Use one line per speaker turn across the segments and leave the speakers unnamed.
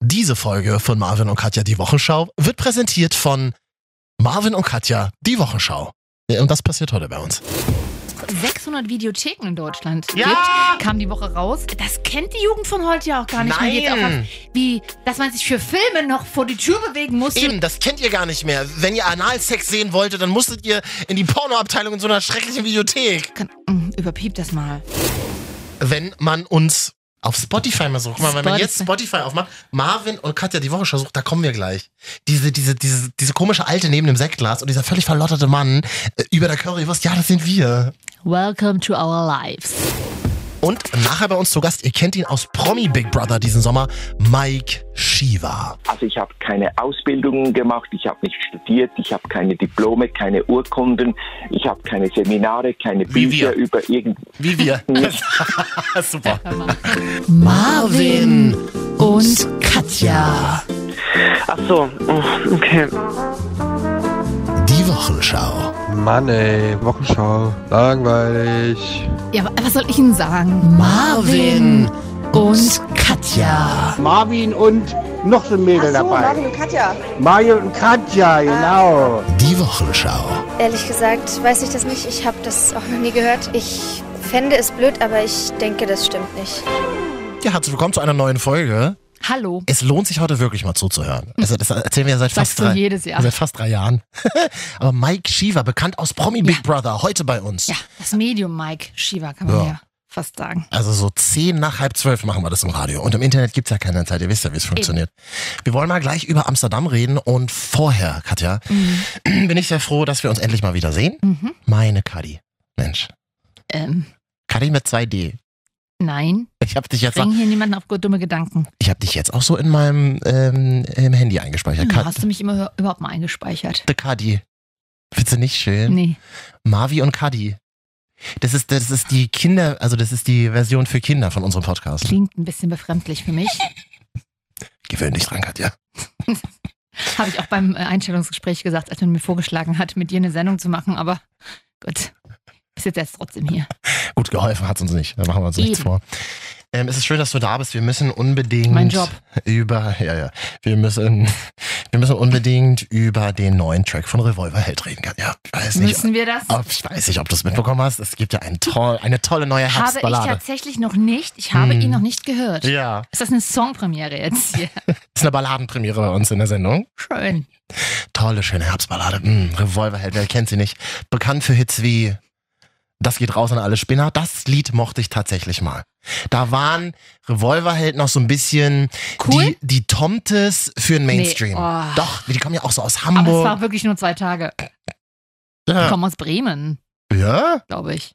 Diese Folge von Marvin und Katja die Wochenschau wird präsentiert von Marvin und Katja die Wochenschau. Ja, Und das passiert heute bei uns.
600 Videotheken in Deutschland
Ja!
gibt, kam die Woche raus. Das kennt die Jugend von heute ja auch gar nicht mehr. die Jetzt auch
Nein.
auf, wie, dass man sich für Filme noch vor die Tür bewegen musste.
Eben, das kennt ihr gar nicht mehr. Wenn ihr Analsex sehen wolltet, dann musstet ihr in die Pornoabteilung in so einer schrecklichen Videothek.
Kann, mm, überpiep das mal.
Wenn man uns auf Spotify mal sucht, guck mal, wenn man jetzt Spotify aufmacht, Marvin und Katja die Wochenschau sucht, da kommen wir gleich. Diese, diese, diese, diese komische Alte neben dem Sektglas und dieser völlig verlotterte Mann äh, über der Currywurst, ja, das sind wir.
Welcome to our lives.
Und nachher bei uns zu Gast, ihr kennt ihn aus Promi Big Brother diesen Sommer, Mike Shiva.
Also ich habe keine Ausbildungen gemacht, ich habe nicht studiert, ich habe keine Diplome, keine Urkunden, ich habe keine Seminare, keine
Wie
Bücher
wir.
über irgend.
Wie wir. Super.
Marvin und Katja.
Ach so, oh, okay.
Die Wochenschau.
Mann ey, Wochenschau. Langweilig.
Ja, wa- was soll ich Ihnen sagen? Marvin und Katja.
Marvin und noch so ein Mädel
Ach so,
dabei.
Marvin und Katja.
Mario und Katja, genau.
Die Wochenschau.
Ehrlich gesagt weiß ich das nicht. Ich habe das auch noch nie gehört. Ich fände es blöd, aber ich denke, das stimmt nicht.
Ja, herzlich willkommen zu einer neuen Folge.
Hallo.
Es lohnt sich heute wirklich mal zuzuhören. Also das erzählen wir ja seit
Sagst
fast
du
drei,
jedes Jahr.
seit fast drei Jahren. Aber Mike Shiva, bekannt aus Promi Big Brother, heute bei uns.
Ja, das Medium Mike Shiva kann man
Ja.
ja, fast sagen.
Also so zehn nach halb zwölf machen wir das im Radio. Und im Internet gibt's ja keine Zeit. Ihr wisst ja, wie es funktioniert. Wir wollen mal gleich über Amsterdam reden. Und vorher, Katja, bin ich sehr froh, dass wir uns endlich mal wieder sehen.
Mhm.
Meine Kadi. Mensch.
Ähm,
Kadi mit 2D.
nein,
Ich habe dich, jetzt
bring
auch-
hier niemanden auf dumme Gedanken.
ich hab dich jetzt auch so in meinem ähm, im Handy eingespeichert.
Hm,
Ka-
hast du mich immer hö- überhaupt mal eingespeichert?
The Kadi. Findest du nicht schön?
Nee.
Mavi und Kadi. Das ist, das ist die Kinder, also das ist die Version für Kinder von unserem Podcast.
Klingt ein bisschen befremdlich für mich.
Gewöhn dich dran, Katja.
Habe ich auch beim äh, Einstellungsgespräch gesagt, als man mir vorgeschlagen hat, mit dir eine Sendung zu machen, aber gut. Bist jetzt erst trotzdem hier.
Gut, geholfen hat's uns nicht. Da machen wir uns nichts
Eben.
vor. Ähm, es ist schön, dass du da bist. Wir müssen unbedingt
Mein Job.
über, ja, ja, wir müssen, wir müssen unbedingt über den neuen Track von Revolverheld reden, Katja. Ich weiß nicht,
Müssen wir das?
ob, ich weiß nicht, ob du es mitbekommen hast. Es gibt ja einen toll, eine tolle neue
Habe ich
Herbstballade.
tatsächlich noch nicht. Ich habe
Hm.
ihn noch nicht gehört.
ja,
Ist das eine Songpremiere jetzt hier?
ist eine Balladenpremiere bei uns in der Sendung.
Schön.
Tolle, schöne Herbstballade. Mm, Revolverheld, wer kennt sie nicht? Bekannt für Hits wie Das geht raus an alle Spinner. Das Lied mochte ich tatsächlich mal. Da waren Revolverheld noch so ein bisschen
Cool?
die, die Tomtes für den Mainstream.
Nee, oh.
Doch, die kommen ja auch so aus
Aber es war
Hamburg.
wirklich nur zwei Tage. Ich
Ja.
komme aus Bremen,
ja?
glaube ich.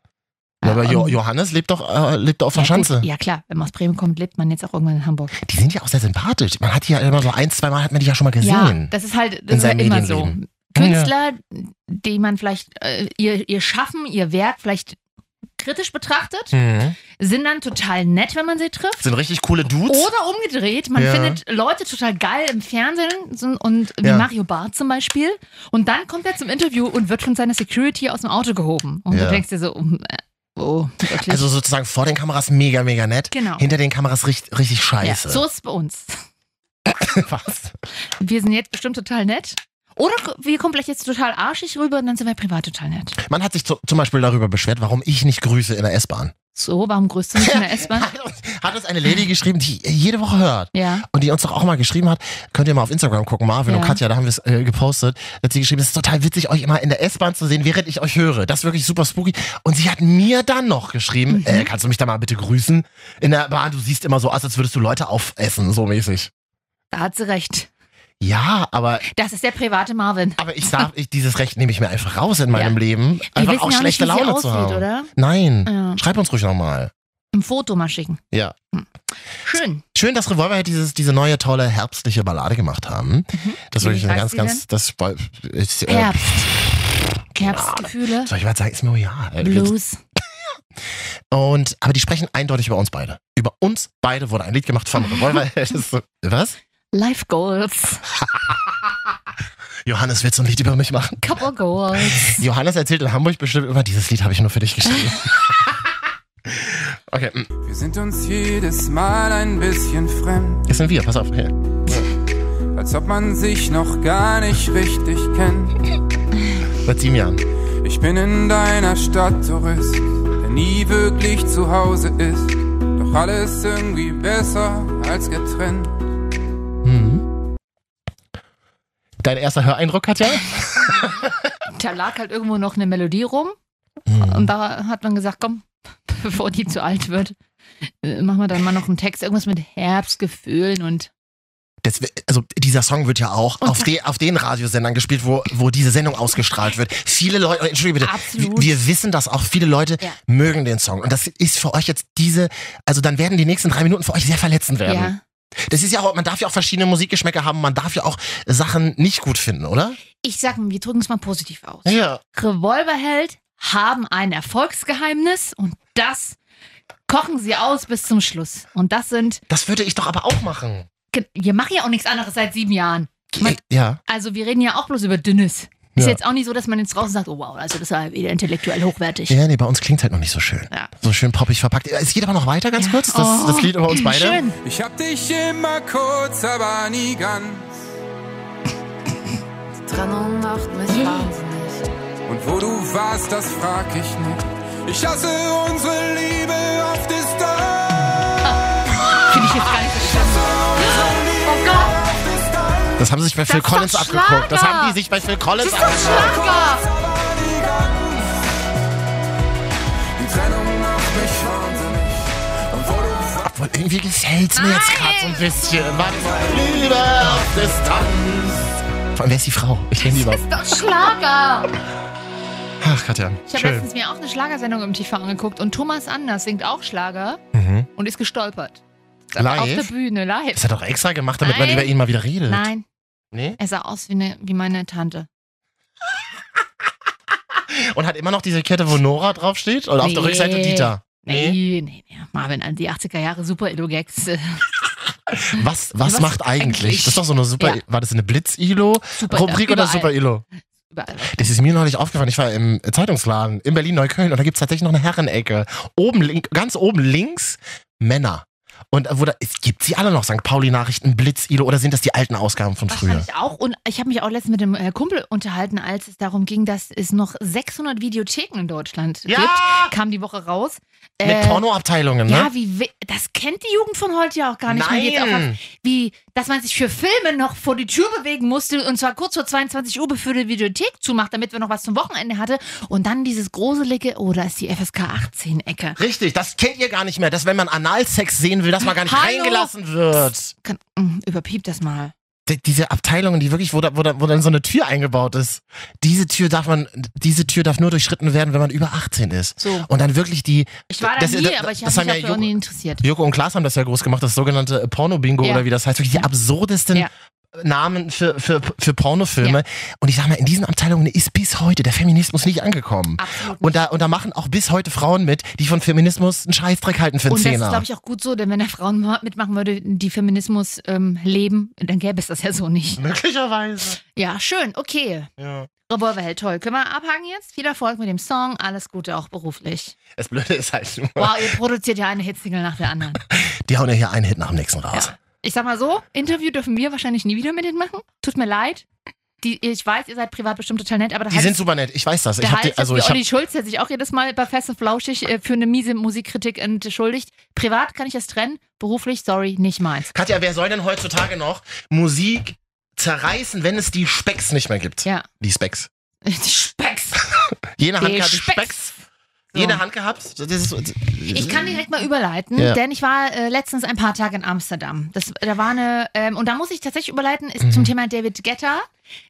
ja, aber jo
und-
Johannes lebt doch äh, lebt doch auf
ähm, ja,
der Schanze.
Gut, ja klar, wenn man aus Bremen kommt, lebt man jetzt auch irgendwann in Hamburg.
Die sind ja auch sehr sympathisch. Man hat die ja immer so ein, zwei Mal hat man die ja schon mal
Ja,
gesehen.
das ist halt,
In
das ist halt
seinem
immer so.
Medienleben.
Künstler, die man vielleicht äh, ihr, ihr Schaffen, ihr Werk vielleicht kritisch betrachtet,
mhm.
sind dann total nett, wenn man sie trifft.
Sind richtig coole Dudes.
Oder umgedreht, man
Ja.
findet Leute total geil im Fernsehen so- und wie
Ja.
Mario Barth zum Beispiel. Und dann kommt er zum Interview und wird von seiner Security aus dem Auto gehoben. Und
Ja.
du denkst dir so, um, äh, oh, wirklich.
also sozusagen vor den Kameras mega, mega nett.
genau.
Hinter den Kameras richtig, richtig
ja,
scheiße.
so ist es bei uns.
Was?
Wir sind jetzt bestimmt total nett. Oder wir kommen vielleicht jetzt total arschig rüber und dann sind wir privat total nett.
Man hat sich zu, zum Beispiel darüber beschwert, warum ich nicht grüße in der S-Bahn.
So, warum grüßt du mich in der S-Bahn?
Hat, uns- hat uns eine Lady geschrieben, die jede Woche hört.
Ja.
Und die uns doch auch mal geschrieben hat, könnt ihr mal auf Instagram gucken, Marvin
Ja.
und Katja, da haben wir es äh, gepostet. Da hat sie geschrieben, es ist total witzig, euch immer in der S-Bahn zu sehen, während ich euch höre. Das ist wirklich super spooky. Und sie hat mir dann noch geschrieben,
Mhm.
äh, kannst du mich da mal bitte grüßen? In der Bahn, du siehst immer so aus, als würdest du Leute aufessen, so mäßig.
Da hat sie recht.
Ja, aber,
Das ist der private Marvin.
aber ich sag, ich, dieses Recht nehme ich mir einfach raus in meinem
Ja.
Leben.
Die
Einfach
wissen
auch
ja auch nicht,
schlechte
wie sie
Laune
aussieht,
zu haben.
oder? Ah.
Nein.
Ja.
Schreib uns ruhig nochmal.
Ein Foto mal schicken. Hm.
Ja.
Schön.
Schön, dass Revolver dieses, diese neue tolle herbstliche Ballade gemacht haben. Das ist
Mhm. Wie
wirklich eine ganz,
heißt
ganz. Das war- ist, äh,
Herbst. Herbstgefühle.
Soll ich mal sagen, ist mir real.
Blues.
Und, aber die sprechen eindeutig über uns beide. Über uns beide wurde ein Lied gemacht von Revolver. Das ist so- Was?
Life Goals.
Johannes wird so ein Lied über mich machen.
Couple Goals.
Johannes erzählt in Hamburg bestimmt immer, dieses Lied habe ich nur für dich geschrieben. mm, okay, mm,
Wir sind uns jedes Mal ein bisschen fremd.
jetzt sind wir, pass auf. Hier.
als ob man sich noch gar nicht richtig kennt.
Hört sie mir an.
Ich bin in deiner Stadt Tourist, der nie wirklich zu Hause ist. Doch alles irgendwie besser als getrennt.
Mhm. Dein erster Höreindruck, Katja?
Da lag halt irgendwo noch eine Melodie rum
Mhm.
und da hat man gesagt, komm, bevor die zu alt wird, äh, machen wir dann mal noch einen Text, irgendwas mit Herbstgefühlen und
Das, wi- also dieser Song wird ja auch auf, de, auf den Radiosendern gespielt, wo, wo diese Sendung ausgestrahlt wird. Viele Leute, oh, entschuldige bitte,
Absolut.
wir wissen das auch, viele Leute
Ja.
mögen den Song. Und das ist für euch jetzt diese, also dann werden die nächsten drei Minuten für euch sehr verletzend werden.
ja.
Das ist ja auch, man darf ja auch verschiedene Musikgeschmäcker haben, man darf ja auch Sachen nicht gut finden, oder?
Ich sag mal, wir drücken es mal positiv aus.
Ja.
Revolverheld haben ein Erfolgsgeheimnis und das kochen sie aus bis zum Schluss. Und das sind,
Das würde ich doch aber auch machen.
Ge- ihr macht ja auch nichts anderes seit sieben Jahren. Man-
Äh, ja.
Also wir reden ja auch bloß über Dünnes. Ist
Ja.
jetzt auch nicht so, dass man jetzt draußen sagt, oh wow, also das war wieder intellektuell hochwertig.
Ja, nee, bei uns klingt halt noch nicht so schön.
Ja.
So schön poppig verpackt. Es geht aber noch weiter ganz kurz, das,
Oh,
das Lied über uns beide.
Schön.
Ich hab dich immer kurz, aber nie ganz.
Trennung macht mich wahnsinnig.
Und wo du warst, das frag ich nicht. Ich hasse unsere Liebe auf Distanz.
Finde ich jetzt gar nicht so schlimm. Oh Gott,
Das haben sie sich bei Phil
ist doch
Collins
Schlager.
abgeguckt. Das haben die sich bei Phil Collins
das ist doch
abgeguckt.
Schlager.
Die Trennung macht mich wahnsinnig. Und wo du warst,
Obwohl, irgendwie gefällt's mir jetzt gerade so ein bisschen. Warte mal, Liebe auf Distanz. Vor allem, wer ist die Frau? Ich kenne die überhaupt.
Das ist doch Schlager.
Ach, Katja.
Ich habe
Schön.
letztens mir auch eine Schlagersendung im TV angeguckt und Thomas Anders singt auch Schlager
Mhm.
und ist gestolpert. Auf der
Live?
Bühne, live.
Das hat er doch extra gemacht, damit man
Nein.
über ihn mal wieder redet.
Nein,
Nee?
er sah aus wie, eine, wie meine Tante.
Und hat immer noch diese Kette, wo Nora draufsteht? Oder auf der
Nee.
Rückseite Dieter? Nee.
Nee, nee, nee. Marvin, an die 80er Jahre super Elo-Gags. äh,
Was, was,
Was
macht eigentlich?
eigentlich?
Das ist doch so eine super.
Ja.
War das eine Blitz-Ilo-Rubrik
Super
oder
überall,
Super-Ilo?
Überall.
Das ist mir neulich aufgefallen. Ich war im Zeitungsladen in Berlin-Neukölln und da gibt's tatsächlich noch eine Herrenecke. Oben, link, ganz oben links Männer. Und äh, wo da, es gibt sie alle noch, St. Pauli-Nachrichten, Blitz-Ilo oder sind das die alten Ausgaben von früher?
Wahrscheinlich auch. Und ich habe mich auch letztens mit dem äh, Kumpel unterhalten, als es darum ging, dass es noch 600 Videotheken in Deutschland gibt. Kam die Woche raus.
Mit
Äh,
Pornoabteilungen, ne?
Ja, wie we- das kennt die Jugend von heute ja auch gar nicht. Man geht auch auf,
Nein!
wie, dass man sich für Filme noch vor die Tür bewegen musste und zwar kurz vor 22 Uhr, bevor die Videothek zumacht, damit wir noch was zum Wochenende hatte. Und dann dieses gruselige, oh, da ist die FSK 18-Ecke.
Richtig, das kennt ihr gar nicht mehr, dass wenn man Analsex sehen will, dass man gar nicht
Hallo?
reingelassen wird.
Kann- mm, Überpiep das mal.
D- diese Abteilungen, die wirklich, wo, da, wo, da, wo dann so eine Tür eingebaut ist. Diese Tür darf man, diese Tür darf nur durchschritten werden, wenn man über 18 ist.
So.
Und dann wirklich die.
Ich war da
das-
nie,
das-
aber ich
das
habe
haben
mich
ja
dafür auch
Jugend-
nie interessiert.
Joko und Klaas haben das ja groß gemacht, das sogenannte Porno-Bingo
Ja. Mhm.
oder wie das heißt. Wirklich die absurdesten
Ja.
Namen für, für, für Pornofilme. Und ich sag mal, in diesen Abteilungen ist bis heute der Feminismus nicht angekommen.
Absolut.
Und da, und da machen auch bis heute Frauen mit, die von Feminismus einen Scheißdreck halten für einen
Und das ist,
Zehner.
glaube ich, auch gut so, denn wenn da Frauen ma- mitmachen würde, die Feminismus ähm, leben, dann gäbe es das ja so nicht.
Möglicherweise.
Ja, schön, okay.
Ja.
Revolverheld, toll. Können wir abhaken jetzt? Viel Erfolg mit dem Song, alles Gute auch beruflich.
Das Blöde ist halt nur.
Wow, ihr produziert ja eine Hitsingle nach der anderen.
Die hauen ja hier einen Hit nach dem nächsten raus.
Ja. Ich sag mal so, Interview dürfen wir wahrscheinlich nie wieder mit denen machen. Tut mir leid. Die, ich weiß, ihr seid privat bestimmt total nett, aber da
Die sind super nett, ich weiß das. Ich
der
hab
Hals,
die, also ich hab,
Olli Schulz, der sich auch jedes Mal bei Fest und Flauschig äh, für eine miese Musikkritik entschuldigt. Privat kann ich das trennen, beruflich, sorry, nicht meins.
Katja, wer soll denn heutzutage noch Musik zerreißen, wenn es die Specks nicht mehr gibt?
Ja.
Die Specks.
Die Specks.
Jene Hand
Die
gehabt, die
Specks.
Specks.
So.
Jede Hand gehabt. Das ist,
Ich kann direkt mal überleiten,
Ja.
denn ich war äh, letztens ein paar Tage in Amsterdam. Das, da war eine, ähm, und da muss ich tatsächlich überleiten, ist
Mhm.
zum Thema David Getter.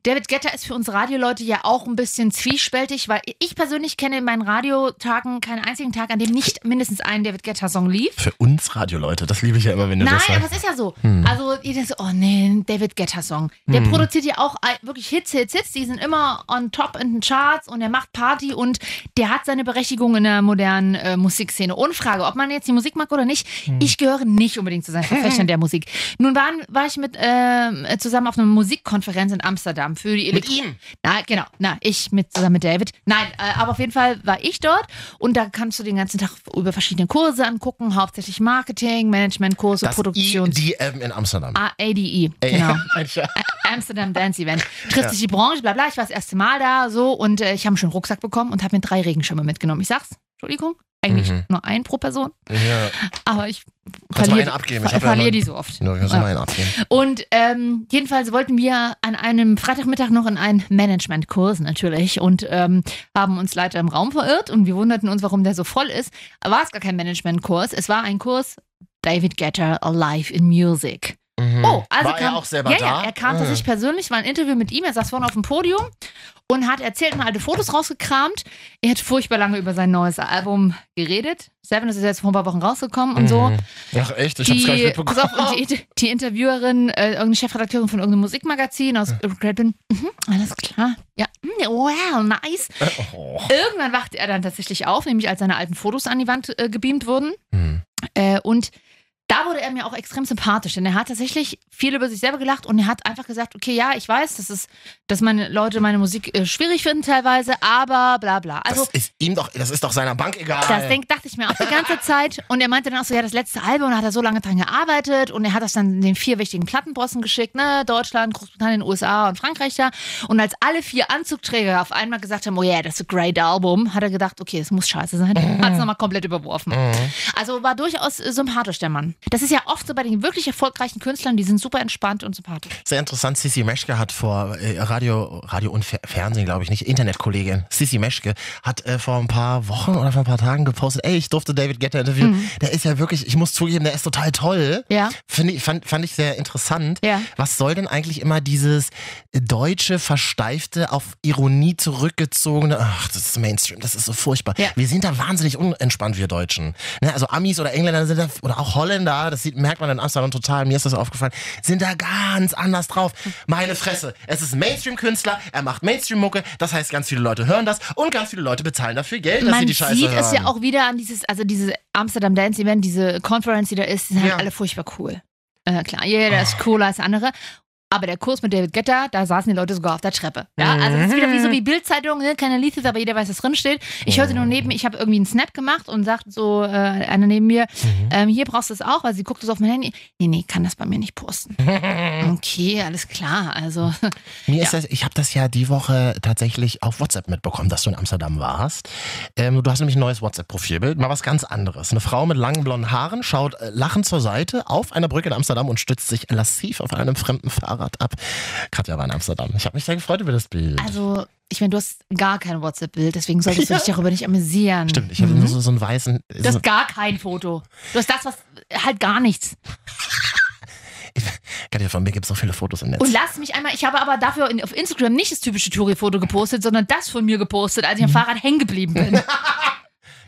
David Getter ist für uns Radioleute ja auch ein bisschen zwiespältig, weil ich persönlich kenne in meinen Radiotagen keinen einzigen Tag, an dem nicht mindestens ein David Getter-Song lief.
Für uns Radioleute, das liebe ich ja immer, wenn du
Nein,
das
aber
sagst.
es ist ja so.
Hm.
Also, ihr denkt so, oh nee, ein David Getter-Song. Der
Hm.
produziert ja auch äh, wirklich Hits, Hits, Hits. Die sind immer on top in den Charts und er macht Party und der hat seine Berechtigung in der modernen äh, Musikszene. Ohne Frage, ob man jetzt die Musik mag oder nicht.
Hm.
Ich gehöre nicht unbedingt zu seinen Verfechtern der Musik. Nun waren, war ich mit ähm, zusammen auf einer Musikkonferenz in Amsterdam für die
Mit
Elektro.
ihm.
Na, genau. Na, ich mit, zusammen mit David. Nein, äh, aber auf jeden Fall war ich dort und da kannst du den ganzen Tag über verschiedene Kurse angucken, hauptsächlich Marketing, Managementkurse,
Das
Produktions.
IDM in Amsterdam.
Ah, ADE, genau.
Ja.
Amsterdam Dance Event. Triffst dich die Branche, bla bla. Ich war das erste Mal da so und äh, ich habe einen schönen Rucksack bekommen und habe mir drei Regenschirme mitgenommen. Ich sag's, Entschuldigung, eigentlich
Mhm.
nur einen pro Person,
ja.
aber ich
Kannst du mal einen
verliere,
abgeben?
ver
hab ja
verliere
nur-
die so oft.
Ja, kannst du
Ja.
mal einen abgeben.
Und ähm, jedenfalls wollten wir an einem Freitagmittag noch in einen Managementkurs natürlich und ähm, haben uns leider im Raum verirrt und wir wunderten uns, warum der so voll ist. War es gar kein Managementkurs, es war ein Kurs David Getter Alive in Music.
Mhm.
Oh, also
War
kam,
er auch selber
ja,
da?
Ja, er kam
Mhm.
tatsächlich persönlich, war ein Interview mit ihm, er saß vorne auf dem Podium und hat erzählt, mal alte Fotos rausgekramt. Er hat furchtbar lange über sein neues Album geredet. Seven ist jetzt vor ein paar Wochen rausgekommen und so.
Mhm. Ach echt, ich hab's gar nicht
Die,
mitbekommen.
pass auf, und die, die Interviewerin, äh, irgendeine Chefredakteurin von irgendeinem Musikmagazin aus Redmond, mhm, alles klar. Ja, mhm, wow, nice.
oh.
Irgendwann wachte er dann tatsächlich auf, nämlich als seine alten Fotos an die Wand äh, gebeamt wurden.
Mhm.
Äh, und da wurde er mir auch extrem sympathisch, denn er hat tatsächlich viel über sich selber gelacht und er hat einfach gesagt, okay, ja, ich weiß, das ist, dass meine Leute meine Musik äh, schwierig finden teilweise, aber bla bla. Also
das ist ihm doch, das ist doch seiner Bank egal.
das denk, dachte ich mir auch die ganze Zeit. Und er meinte dann auch so, ja, das letzte Album, da hat er so lange dran gearbeitet und er hat das dann in den vier wichtigen Plattenbossen geschickt, ne? Deutschland, Großbritannien, USA und Frankreich da. Und als alle vier Anzugträger auf einmal gesagt haben, oh yeah, that's a great album, hat er gedacht, okay, es muss scheiße sein. Hat es nochmal komplett überworfen. Also war durchaus äh, sympathisch, der Mann. Das ist ja oft so bei den wirklich erfolgreichen Künstlern, die sind super entspannt und sympathisch.
Sehr interessant, Sissi Meschke hat vor äh, Radio, Radio und Fer Fernsehen, glaube ich nicht, Internetkollegin, Sissi Meschke, hat äh, vor ein paar Wochen oder vor ein paar Tagen gepostet, ey, ich durfte David Getter interviewen. Der ist ja wirklich, ich muss zugeben, der ist total toll.
Mhm. Ja.
Finde ich, fand, fand ich sehr interessant.
Ja.
Was soll denn eigentlich immer dieses deutsche, versteifte, auf Ironie zurückgezogene, ach, das ist Mainstream, das ist so furchtbar.
Ja.
Wir sind da wahnsinnig unentspannt, wir Deutschen. Ne? Also Amis oder Engländer sind da, oder auch Holländer, das sieht, merkt man in Amsterdam total, mir ist das aufgefallen, sind da ganz anders drauf. Meine Fresse, es ist ein Mainstream-Künstler, er macht Mainstream-Mucke, das heißt, ganz viele Leute hören das und ganz viele Leute bezahlen dafür Geld, dass
Man
sie die Scheiße
sieht
hören.
es ja auch wieder an dieses, also diese Amsterdam Dance Event, diese Conference, die da ist, die sind
Ja. Ah.
halt alle furchtbar cool. Äh, klar, jeder ist cooler als der andere. Aber der Kurs mit David Getter, da saßen die Leute sogar auf der Treppe. Ja, also das ist wieder wie
Mhm.
so wie Bildzeitung, ne? keine Leases, aber jeder weiß, was drin steht. Ich hörte nur neben, ich habe irgendwie einen Snap gemacht und sagt so äh, einer neben mir,
Mhm.
ähm, hier brauchst du es auch, weil sie guckt es auf mein Handy. Nee, nee, kann das bei mir nicht posten. okay, alles klar. Also
Mir ist das, ich habe das ja die Woche tatsächlich auf WhatsApp mitbekommen, dass du in Amsterdam warst. Ähm, du hast nämlich ein neues WhatsApp-Profilbild, mal was ganz anderes. Eine Frau mit langen blonden Haaren schaut äh, lachend zur Seite auf einer Brücke in Amsterdam und stützt sich lassiv auf einem fremden Fahrrad ab. Katja war in Amsterdam. Ich habe mich sehr gefreut über das Bild.
Also, ich meine, du hast gar kein WhatsApp-Bild, deswegen solltest du dich darüber nicht amüsieren.
Stimmt, ich habe nur so, so einen weißen.
Du
so,
hast gar kein Foto. Du hast das, was halt gar nichts.
Katja, von mir gibt es so viele Fotos im Netz.
Und lass mich einmal, ich habe aber dafür in, auf Instagram nicht das typische Touri-Foto gepostet, sondern das von mir gepostet, als ich
Mhm.
am Fahrrad hängen geblieben bin.
ja,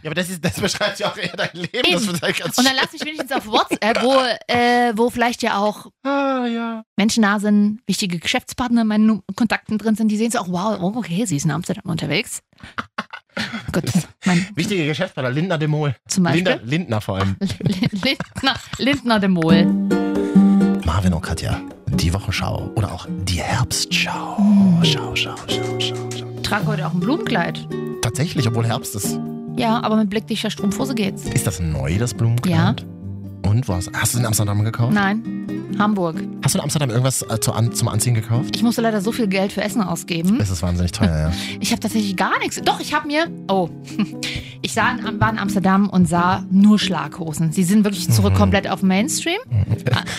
aber das, ist, das beschreibt ja auch eher dein Leben.
Eben.
Das wird halt ganz
Und dann lass mich wenigstens auf WhatsApp, wo, äh, wo vielleicht ja auch
ah, ja.
Menschen da sind, wichtige Geschäftspartner in meinen Nu- Kontakten drin sind, die sehen so, auch, wow, oh, okay, sie ist in Amsterdam unterwegs. Gott, mein,
Wichtige Geschäftspartner, Lindner de Mol.
zum Beispiel.
Lindner, Lindner vor allem.
Lindner, Lindner de Mol.
Marvin und Katja, die Wochenschau oder auch die Herbstschau.
Mhm.
Schau, schau, schau, schau, schau.
Trage heute auch ein Blumenkleid.
Tatsächlich, obwohl Herbst ist.
Ja, aber mit blickdichter Strumpfhose geht's.
Ist das neu, das Blumenkleid? Ja. Und was? Hast du es in Amsterdam gekauft?
Nein, Hamburg.
Hast du in Amsterdam irgendwas äh, zu an, zum Anziehen gekauft?
Ich musste leider so viel Geld für Essen ausgeben.
Es ist wahnsinnig teuer, ja.
Ich habe tatsächlich gar nichts. Doch, ich habe mir. Oh. Ich sah in, war in Amsterdam und sah nur Schlaghosen. Sie sind wirklich zurück
Mhm.
komplett auf Mainstream.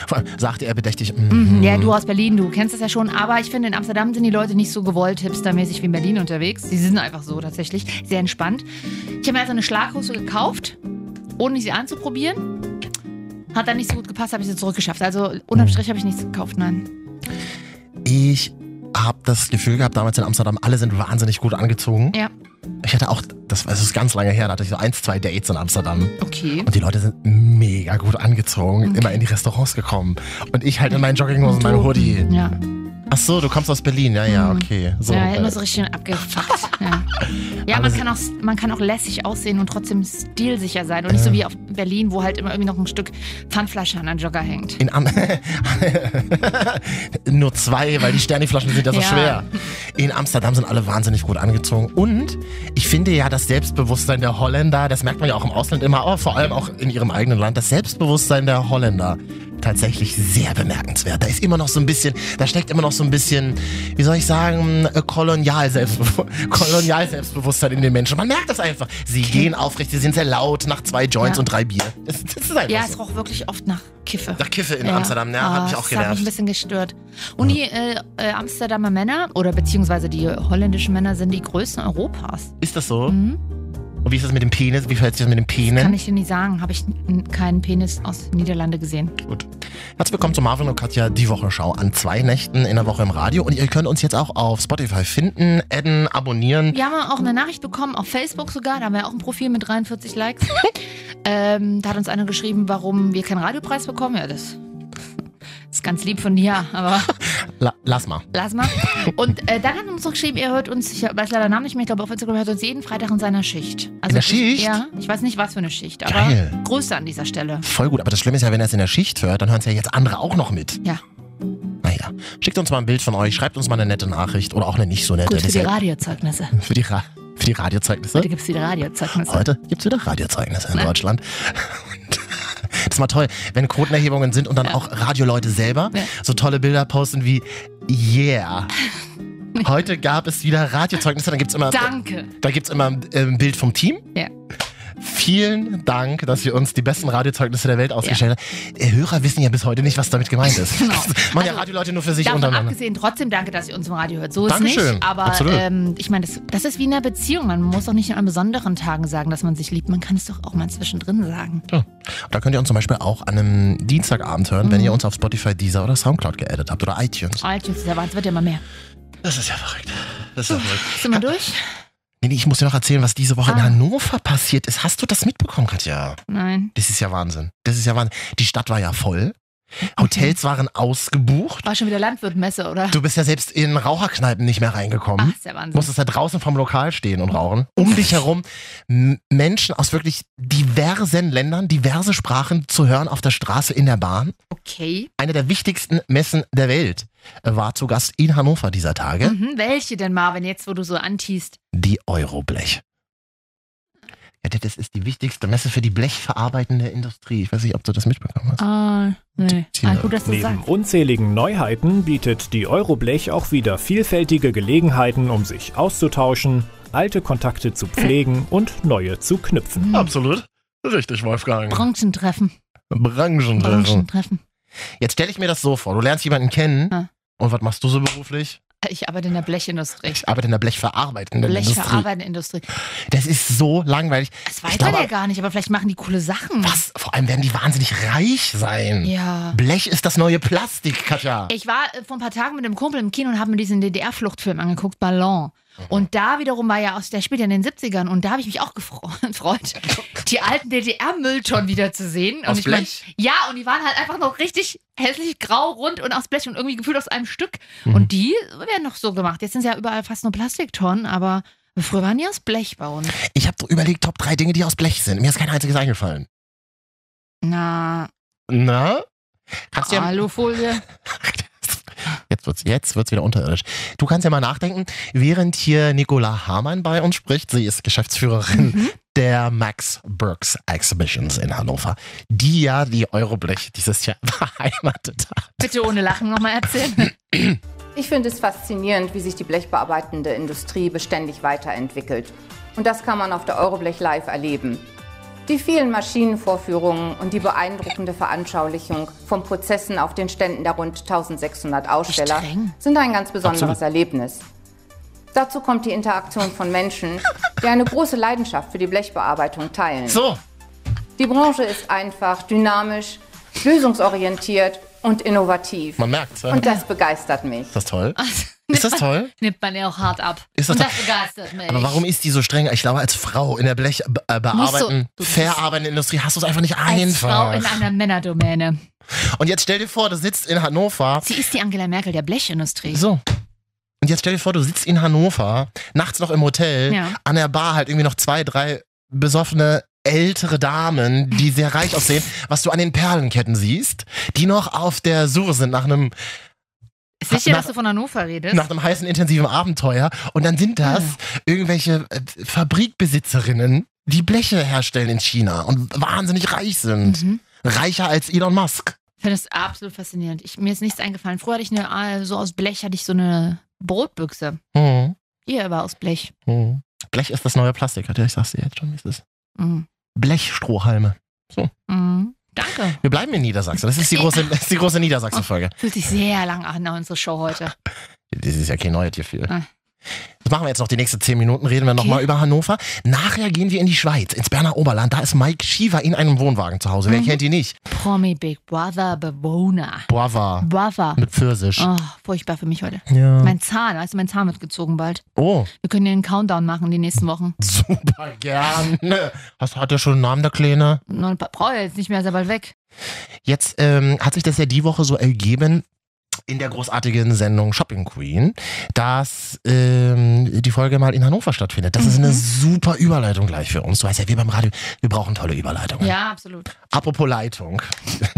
Vor allem sagte er bedächtig,
Mhm.
mhm.
Ja, du aus Berlin, du kennst das ja schon. Aber ich finde, in Amsterdam sind die Leute nicht so gewollt hipstermäßig wie in Berlin unterwegs. Sie sind einfach so tatsächlich. Sehr entspannt. Ich habe mir also eine Schlaghose gekauft, ohne sie anzuprobieren. Hat dann nicht so gut gepasst, habe ich sie zurückgeschafft. Also unterm
Mhm.
Strich habe ich nichts gekauft, nein.
ich habe das Gefühl gehabt, damals in Amsterdam, alle sind wahnsinnig gut angezogen.
Ja.
Ich hatte auch, das, das ist ganz lange her, da hatte ich so eins, zwei Dates in Amsterdam.
Okay.
Und die Leute sind mega gut angezogen, immer in die Restaurants gekommen. Und ich halt in meinen Jogginghosen, mein Hoodie.
Ja.
Ach so, du kommst aus Berlin. Ja, ja,
Mhm.
okay. So.
ja, immer
äh,
so richtig schön abgefuckt. ja, ja man,
Alles-
kann auch, man kann auch lässig aussehen und trotzdem stilsicher sein. Und nicht so wie auf Berlin, wo halt immer irgendwie noch ein Stück Pfandflasche an einem Jogger hängt.
in an Nur zwei, weil die Sterniflaschen sind ja so
Ja.
schwer. In Amsterdam sind alle wahnsinnig gut angezogen. Und ich finde ja, das Selbstbewusstsein der Holländer, das merkt man ja auch im Ausland immer, aber vor allem auch in ihrem eigenen Land, das Selbstbewusstsein der Holländer tatsächlich sehr bemerkenswert. Da ist immer noch so ein bisschen, da steckt immer noch so ein bisschen, wie soll ich sagen, äh, kolonial, Selbstbewu kolonial Selbstbewusstsein in den Menschen. Man merkt das einfach. Sie gehen aufrecht, sie sind sehr laut nach zwei Joints
Ja.
und drei Bier. Das, das ist einfach
Ja,
so.
es roch wirklich oft nach Kiffe.
Nach Kiffe in
Ja.
Amsterdam, ne? Hat
Ah,
mich auch
Das hat mich ein
genervt.
bisschen gestört. Und die äh, äh, Amsterdamer Männer, oder beziehungsweise die holländischen Männer, sind die größten Europas.
Ist das so?
Mhm.
Und wie ist das mit dem Penis? Wie verhält sich das mit dem
Kann
Penis?
ich dir nicht sagen. Habe ich n- keinen Penis aus Niederlande gesehen.
Gut. Herzlich willkommen zu Marvin und Katja, die Wochenschau an zwei Nächten in der Woche im Radio. Und ihr könnt uns jetzt auch auf Spotify finden, adden, abonnieren.
Wir haben auch eine Nachricht bekommen, auf Facebook sogar. Da haben wir auch ein Profil mit 43 Likes. ähm, da hat uns einer geschrieben, warum wir keinen Radiopreis bekommen. Ja, das ist ganz lieb von dir, aber
La lass mal.
lass mal. Und äh, dann hat er uns noch geschrieben, er hört uns, ich weiß leider den Namen nicht mehr, ich glaube auf Instagram, er hört uns jeden Freitag in seiner Schicht.
In
Also
der
ich-
Schicht?
Ja, ich weiß nicht, was für eine Schicht, aber
Geil.
Grüße an dieser Stelle.
Voll gut. Aber das Schlimme ist ja, wenn er es in der Schicht hört, dann hören es ja jetzt andere auch noch mit.
Ja.
Naja. Schickt uns mal ein Bild von euch, schreibt uns mal eine nette Nachricht oder auch eine nicht so nette.
Gut für
Das
die
ist ja-
Radiozeugnisse.
für die, Ra für die Radiozeugnisse.
Heute gibt es wieder Radiozeugnisse.
Heute gibt's wieder Radiozeugnisse in
Ne?
Deutschland. Das ist mal toll, wenn Quotenerhebungen sind und dann auch Radioleute selber
Ja.
so tolle Bilder posten wie Yeah. Heute gab es wieder Radiozeugnisse, dann gibt's immer,
Danke.
da gibt's immer äh, ein Bild vom Team.
Ja.
Vielen Dank, dass ihr uns die besten Radiozeugnisse der Welt ausgestellt habt. Äh, Hörer wissen ja bis heute nicht, was damit gemeint ist.
Genau.
Das machen ja
Also,
Radioleute nur für sich
Davon
untereinander.
abgesehen, trotzdem danke, dass ihr uns im Radio hört. So ist
Dankeschön.
nicht. Aber
Absolut.
ähm, ich meine, das, das ist wie in einer Beziehung. Man muss doch nicht an besonderen Tagen sagen, dass man sich liebt. Man kann es doch auch mal zwischendrin sagen.
Da könnt ihr uns zum Beispiel auch an einem Dienstagabend hören,
Mhm.
wenn ihr uns auf Spotify, Deezer oder Soundcloud geaddet habt oder iTunes.
Alter, das es wird ja immer mehr.
Das ist ja verrückt. Das ist ja verrückt.
Sind wir durch?
Nee, nee, ich muss dir noch erzählen, was diese Woche in
Ah.
Hannover passiert ist. Hast du das mitbekommen, Katja?
Nein.
Das ist ja Wahnsinn. Das ist ja Wahnsinn. Die Stadt war ja voll. Hotels waren ausgebucht.
War schon wieder Landwirtmesse, oder?
Du bist ja selbst in Raucherkneipen nicht mehr
Ach,
reingekommen.
ist ja Wahnsinn.
Musstest da draußen vom Lokal stehen und rauchen. Um dich herum m- Menschen aus wirklich diversen Ländern, diverse Sprachen zu hören auf der Straße, in der Bahn.
Okay.
Eine der wichtigsten Messen der Welt äh, war zu Gast in Hannover dieser Tage.
Mhm, welche denn, Marvin, jetzt, wo du so antiest?
die Euroblech. Ja, das- das ist die wichtigste Messe für die blechverarbeitende Industrie. Ich weiß nicht, ob du das mitbekommen hast.
Ah, nee.
Tina.
gut, dass du
Neben
sagst.
unzähligen Neuheiten bietet die Euroblech auch wieder vielfältige Gelegenheiten, um sich auszutauschen, alte Kontakte zu pflegen und neue zu knüpfen.
Mhm. Absolut. Richtig, Wolfgang.
Branchentreffen.
Branchentreffen.
Branchentreffen.
Jetzt stelle ich mir das so vor. Du lernst jemanden kennen.
Ja.
Und was machst du so beruflich?
Ich arbeite in der Blechindustrie.
Ich arbeite in der blechverarbeitenden Industrie.
Blechverarbeitende Industrie.
Das ist so langweilig.
Das weiß
Ich glaube-
man ja gar nicht, aber vielleicht machen die coole Sachen.
Was? Vor allem werden die wahnsinnig reich sein.
Mhm. Ja.
Blech ist das neue Plastik, Katja.
Ich war äh, vor ein paar Tagen mit einem Kumpel im Kino und habe mir diesen DDR-Fluchtfilm angeguckt, Ballon.
Mhm.
Und da wiederum war ja aus der spielt ja in den 70ern und da habe ich mich auch gefro- gefreut, die alten DDR-Mülltonnen wieder zu sehen.
Aus
und ich mein,
Blech?
ja, und die waren halt einfach noch richtig hässlich grau, rund und aus Blech und irgendwie gefühlt aus einem Stück.
Mhm.
Und die werden noch so gemacht. Jetzt sind ja überall fast nur Plastiktonnen, aber früher waren die aus Blech bei uns.
Ich habe so überlegt, Top 3 Dinge, die aus Blech sind. Mir ist kein einziges eingefallen.
Na,
Na? Kannst du ja,
Alufolie.
Jetzt wird's, jetzt wird's wieder unterirdisch. Du kannst ja mal nachdenken, während hier Nicola Hamann bei uns spricht, sie ist Geschäftsführerin
Mhm.
der Max Brooks Exhibitions in Hannover, die ja die Euroblech dieses Jahr beheimatet hat.
Bitte ohne Lachen nochmal erzählen.
Ich finde es faszinierend, wie sich die blechbearbeitende Industrie beständig weiterentwickelt. Und das kann man auf der Euroblech Live erleben. Die vielen Maschinenvorführungen und die beeindruckende Veranschaulichung von Prozessen auf den Ständen der rund 1600 Aussteller
Streng.
sind ein ganz besonderes
Absolut.
Erlebnis. Dazu kommt die Interaktion von Menschen, die eine große Leidenschaft für die Blechbearbeitung teilen.
So,
Die Branche ist einfach, dynamisch, lösungsorientiert und innovativ.
man merkt's. ja.
Und
Ist
das begeistert mich.
das toll? Ist das toll?
Nimmt man ja auch hart ab.
Ist das
und
doch-
das begeistert mich.
Aber warum ist die so streng? Ich glaube, als Frau in der Blech äh,
Musst du-
bearbeiten,
du-
verarbeitenden Industrie hast du es einfach nicht
Als Frau
einfach.
in einer Männerdomäne.
Und jetzt stell dir vor, du sitzt in Hannover.
Sie ist die Angela Merkel der Blechindustrie.
So. Und jetzt stell dir vor, du sitzt in Hannover, nachts noch im Hotel,
Ja.
an der Bar halt irgendwie noch zwei, drei besoffene ältere Damen, die sehr reich aussehen, was du an den Perlenketten siehst, die noch auf der Suche sind nach einem,
Sicher,
Nach-
dass du von Hannover redest?
nach einem heißen, intensiven Abenteuer. Und dann sind das irgendwelche äh, Fabrikbesitzerinnen, die Bleche herstellen in China und wahnsinnig reich sind.
Mhm.
Reicher als Elon Musk.
Ich finde das absolut faszinierend. Ich, mir ist nichts eingefallen. Früher hatte ich eine, äh, so aus Blech hatte ich so eine Brotbüchse.
Mhm.
Ihr war aus Blech.
Mhm. Blech ist das neue Plastik, Katja. Ich sag's dir jetzt schon, wie es ist.
Mhm.
Blechstrohhalme.
Mhm. Danke.
Wir bleiben in Niedersachsen. Das ist die große, das ist die große Niedersachsen-Folge.
Fühlt sich sehr lang an, unsere Show heute.
Das ist ja kein neues Gefühl.
Ah.
Das machen wir jetzt noch die nächsten zehn Minuten, reden wir nochmal
Okay.
über Hannover. Nachher gehen wir in die Schweiz, ins Berner Oberland. Da ist Mike Schiever in einem Wohnwagen zu Hause. Wer
Mhm.
kennt ihn nicht?
Promi Big Brother Bewohner.
Brava.
Brother.
Mit Pfirsich.
Oh, furchtbar für mich heute.
Ja.
Mein Zahn, weißt du, mein Zahn wird gezogen bald.
Oh,
Wir können den Countdown machen die nächsten Wochen.
super gerne. Hast, hat ja schon einen Namen, der Kleine.
Nur ein paar- Brauche ich jetzt nicht mehr, ist ja bald weg.
Jetzt ähm, hat sich das ja die Woche so ergeben in der großartigen Sendung Shopping Queen, dass ähm, die Folge mal in Hannover stattfindet. Das ist
Mhm.
eine super Überleitung gleich für uns. Du weißt ja, wir beim Radio, wir brauchen tolle Überleitungen.
Ja, absolut.
Apropos Leitung.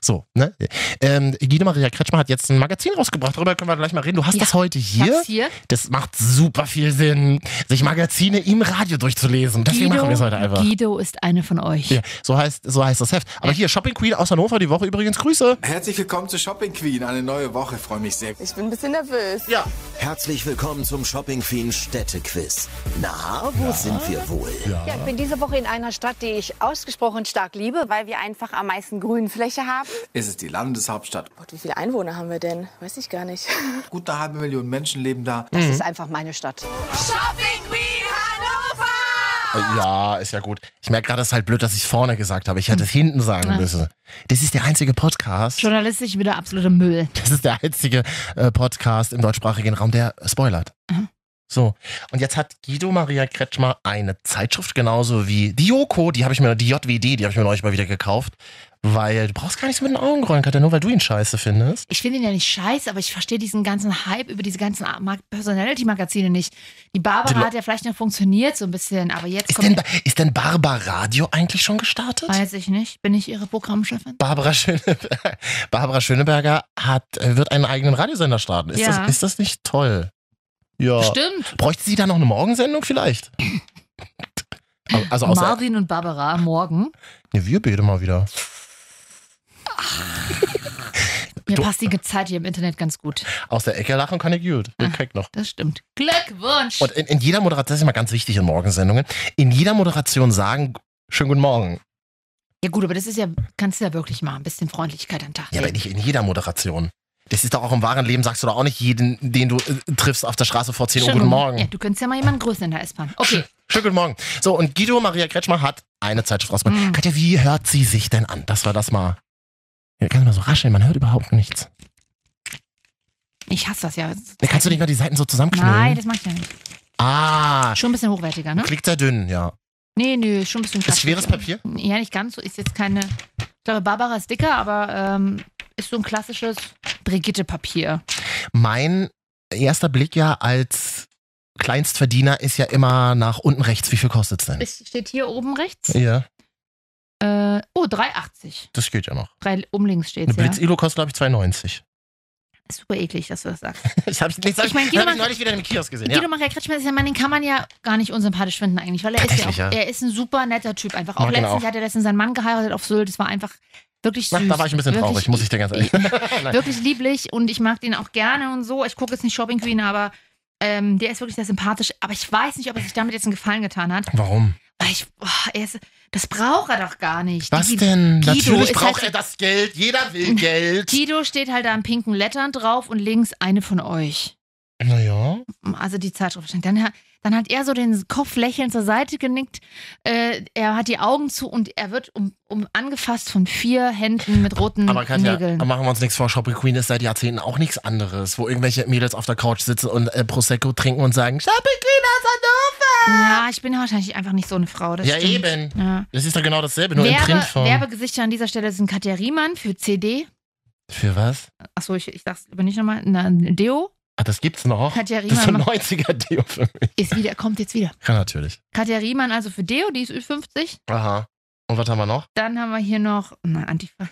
so, ne? Ähm, Gide Maria Kretschmer hat jetzt ein Magazin rausgebracht, darüber können wir gleich mal reden. Du hast
Ja.
das heute
Ich
hier.
hab's hier.
Das macht super viel Sinn, sich Magazine im Radio durchzulesen. Deswegen machen wir es heute einfach.
Guido ist eine von euch.
Ja, so heißt, so heißt das Heft. Aber hier, Shopping Queen aus Hannover die Woche übrigens. Grüße.
Herzlich willkommen zu Shopping Queen. Eine neue Woche, freue mich sehr.
Ich bin ein bisschen nervös.
Ja.
Herzlich willkommen zum Shopping Queen Städtequiz. Na, wo sind wir wohl?
Ja, ich bin diese Woche in einer Stadt, die ich ausgesprochen stark liebe, weil wir einfach am meisten Grünfläche haben.
Es ist die Landeshauptstadt.
Gott, wie viele Einwohner haben wir denn? Weiß ich gar nicht.
Gut eine halbe Million Menschen leben da.
Das ist einfach meine Stadt.
Shopping Queen Hannover!
Ja, ist ja gut. Ich merke gerade, es ist halt blöd, dass ich vorne gesagt habe. Ich hätte es hinten sagen
Hm. Ja.
müssen. Das ist der einzige Podcast.
Journalistisch wieder absoluter Müll.
Das ist der einzige äh, Podcast im deutschsprachigen Raum, der spoilert. So, und jetzt hat Guido Maria Kretschmer eine Zeitschrift, genauso wie die Joko, die habe ich mir, die JWD, die habe ich mir neulich mal wieder gekauft, weil du brauchst gar nichts mit den Augen rollen, Katja, nur weil du ihn scheiße findest.
Ich finde ihn ja nicht scheiße, aber ich verstehe diesen ganzen Hype über diese ganzen Mar- Personality-Magazine nicht. Die Barbara
Die Lo-
hat ja vielleicht noch funktioniert so ein bisschen, aber jetzt
Ist
kommt.
denn, Ba- ist denn Barbara Radio eigentlich schon gestartet?
Weiß ich nicht. Bin ich ihre Programmchefin?
Barbara, Schöneberger, Barbara Schöneberger hat, äh, wird einen eigenen Radiosender starten. Ist,
Ja.
das, ist das nicht toll? Ja.
Stimmt.
Bräuchte sie da noch eine Morgensendung vielleicht? Also außer,
Marvin und Barbara morgen.
Ne, wir beten mal wieder.
Mir
Du-
passt die Zeit hier im Internet ganz gut.
Aus der Ecke lachen kann ich gut.
Ah.
Den krieg noch.
Das stimmt. Glückwunsch!
Und in, in jeder Moderation, das ist immer ganz wichtig in Morgensendungen, in jeder Moderation sagen, schönen guten Morgen.
Ja, gut, aber das ist ja, kannst du ja wirklich mal ein bisschen Freundlichkeit an den Tag
Ja, aber
legen.
nicht in jeder Moderation. Das ist doch auch im wahren Leben, sagst du doch auch nicht jeden, den du äh, triffst auf der Straße vor 10 Uhr,
Schönen
oh, guten Morgen.
Ja, du könntest ja mal jemanden grüßen in der S-Bahn. Okay.
Schönen guten Morgen. So, und Guido Maria Kretschmer hat eine Zeitschrift
Mhm.
rausgebracht. Katja, wie hört sie sich denn an? Das war das mal. Ja, kannst du mal so rascheln, man hört überhaupt nichts.
Ich hasse das ja.
Ja, Kannst du nicht mal die Seiten so zusammenknüllen?
Nein, das mach ich ja nicht.
Ah,
Schon ein bisschen hochwertiger, ne?
klickt sehr dünn, ja.
Nee, nee, schon ein bisschen
Ist schweres
klassischer. Ja, nicht ganz so. Ist jetzt keine. Ich glaube, Barbara ist dicker, aber ähm, ist so ein klassisches Brigitte-Papier.
Mein erster Blick ja als Kleinstverdiener ist ja immer nach unten rechts. Wie viel kostet's denn?
Es steht hier oben rechts.
Ja,
Äh, oh, 3,80.
das geht ja noch.
Drei, oben links steht
Eine
es, ja.
Blitz-Ilo kostet, glaube ich, 2,90.
Ist super eklig, dass du das sagst.
Ich habe ich, hab
Ich mein,
ich neulich-
Guido Mann-
neulich wieder im Kiosk gesehen.
Guido
Ja.
Maria Kretschmer ist ja ein Mann, den kann man ja gar nicht unsympathisch finden eigentlich, weil er ist ja auch,
Tatsächlich, ja.
er ist ein super netter Typ einfach.
Mag
Auch
ihn
letztens
auch.
hat er letztens seinen Mann geheiratet auf Sylt, das war einfach wirklich
Na,
süß.
da war ich ein bisschen
wirklich,
traurig, muss ich dir ganz ehrlich Nein.
Wirklich lieblich und ich mag den auch gerne und so. Ich gucke jetzt nicht Shopping Queen, aber ähm, der ist wirklich sehr sympathisch. Aber ich weiß nicht, ob er sich damit jetzt einen Gefallen getan hat.
Warum?
Weil ich, oh, er ist, das braucht er doch gar nicht.
Was
Die-
denn?
Guido
Natürlich
ist
braucht er
halt-
das Geld. Jeder will Geld.
Guido steht halt da in pinken Lettern drauf und links eine von euch.
Naja.
Also die Zeitschrift. wahrscheinlich. Dann, ha- dann hat er so den Kopf lächelnd zur Seite genickt. Äh, er hat die Augen zu und er wird um, um angefasst von vier Händen mit roten
Aber Katja,
Nägeln.
machen wir uns nichts vor. Shopping Queen ist seit Jahrzehnten auch nichts anderes, wo irgendwelche Mädels auf der Couch sitzen und äh, Prosecco trinken und sagen, Shopping Queen aus Hannover!
Ja, ich bin wahrscheinlich einfach nicht so eine Frau. Das
ja,
stimmt.
eben.
Ja.
Das ist doch genau dasselbe, nur in
Werbe-
Printform.
Werbegesichter an dieser Stelle sind Katja Riemann für CD.
Für was?
Achso, ich, ich sag's aber nicht nochmal. Na, Deo
Ah, das gibt's noch.
Katja
das ist ein
Riemann
90er-Deo für mich.
ist wieder, kommt jetzt wieder.
Ja, natürlich.
Katja Riemann also für Deo, die ist Ü50.
Aha. Und was haben wir noch?
Dann haben wir hier noch, na, Antifa.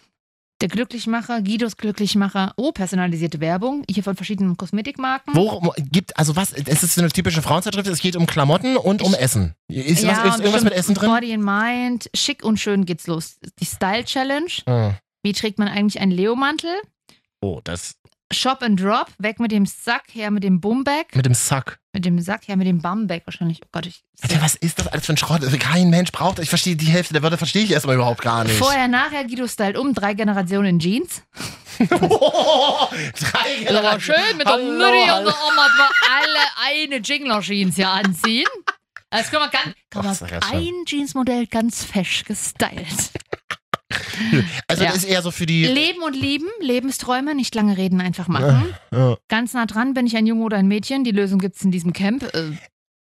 Der Glücklichmacher, Guidos Glücklichmacher. Oh, personalisierte Werbung. Hier von verschiedenen Kosmetikmarken.
Worum gibt, also was, es ist eine typische Frauenzeitschrift, es geht um Klamotten und um Essen. Ist, was, ist
und
irgendwas mit
bestimmt
Essen drin?
Body and Mind. Schick und schön geht's los. Die Style Challenge.
Ah.
Wie trägt man eigentlich einen Leomantel?
Oh, das
Shop and Drop. Weg mit dem Sack, her mit dem Bumback.
mit dem Sack.
Mit dem Sack, ja, mit dem Bumback wahrscheinlich. Oh Gott, ich.
Alter, was ist das alles für ein Schrott? Also kein Mensch braucht das. Ich verstehe die Hälfte der Wörter verstehe ich erstmal überhaupt gar nicht.
Vorher, nachher, Guido stylt um, drei Generationen in Jeans.
drei
Das war schön mit
Genau. Hallo,
der Mutti und
hallo.
der Oma, dass wir alle eine Jingler-Jeans hier anziehen. Das kann man ganz, kann
das ist ja
man ein
schön.
Jeansmodell ganz fesch gestylt.
Also
Ja.
das ist eher so für die.
Leben und lieben, Lebensträume, nicht lange reden, einfach machen.
Ja.
Ganz nah dran, bin ich ein Junge oder ein Mädchen? Die Lösung gibt's in diesem Camp. Äh,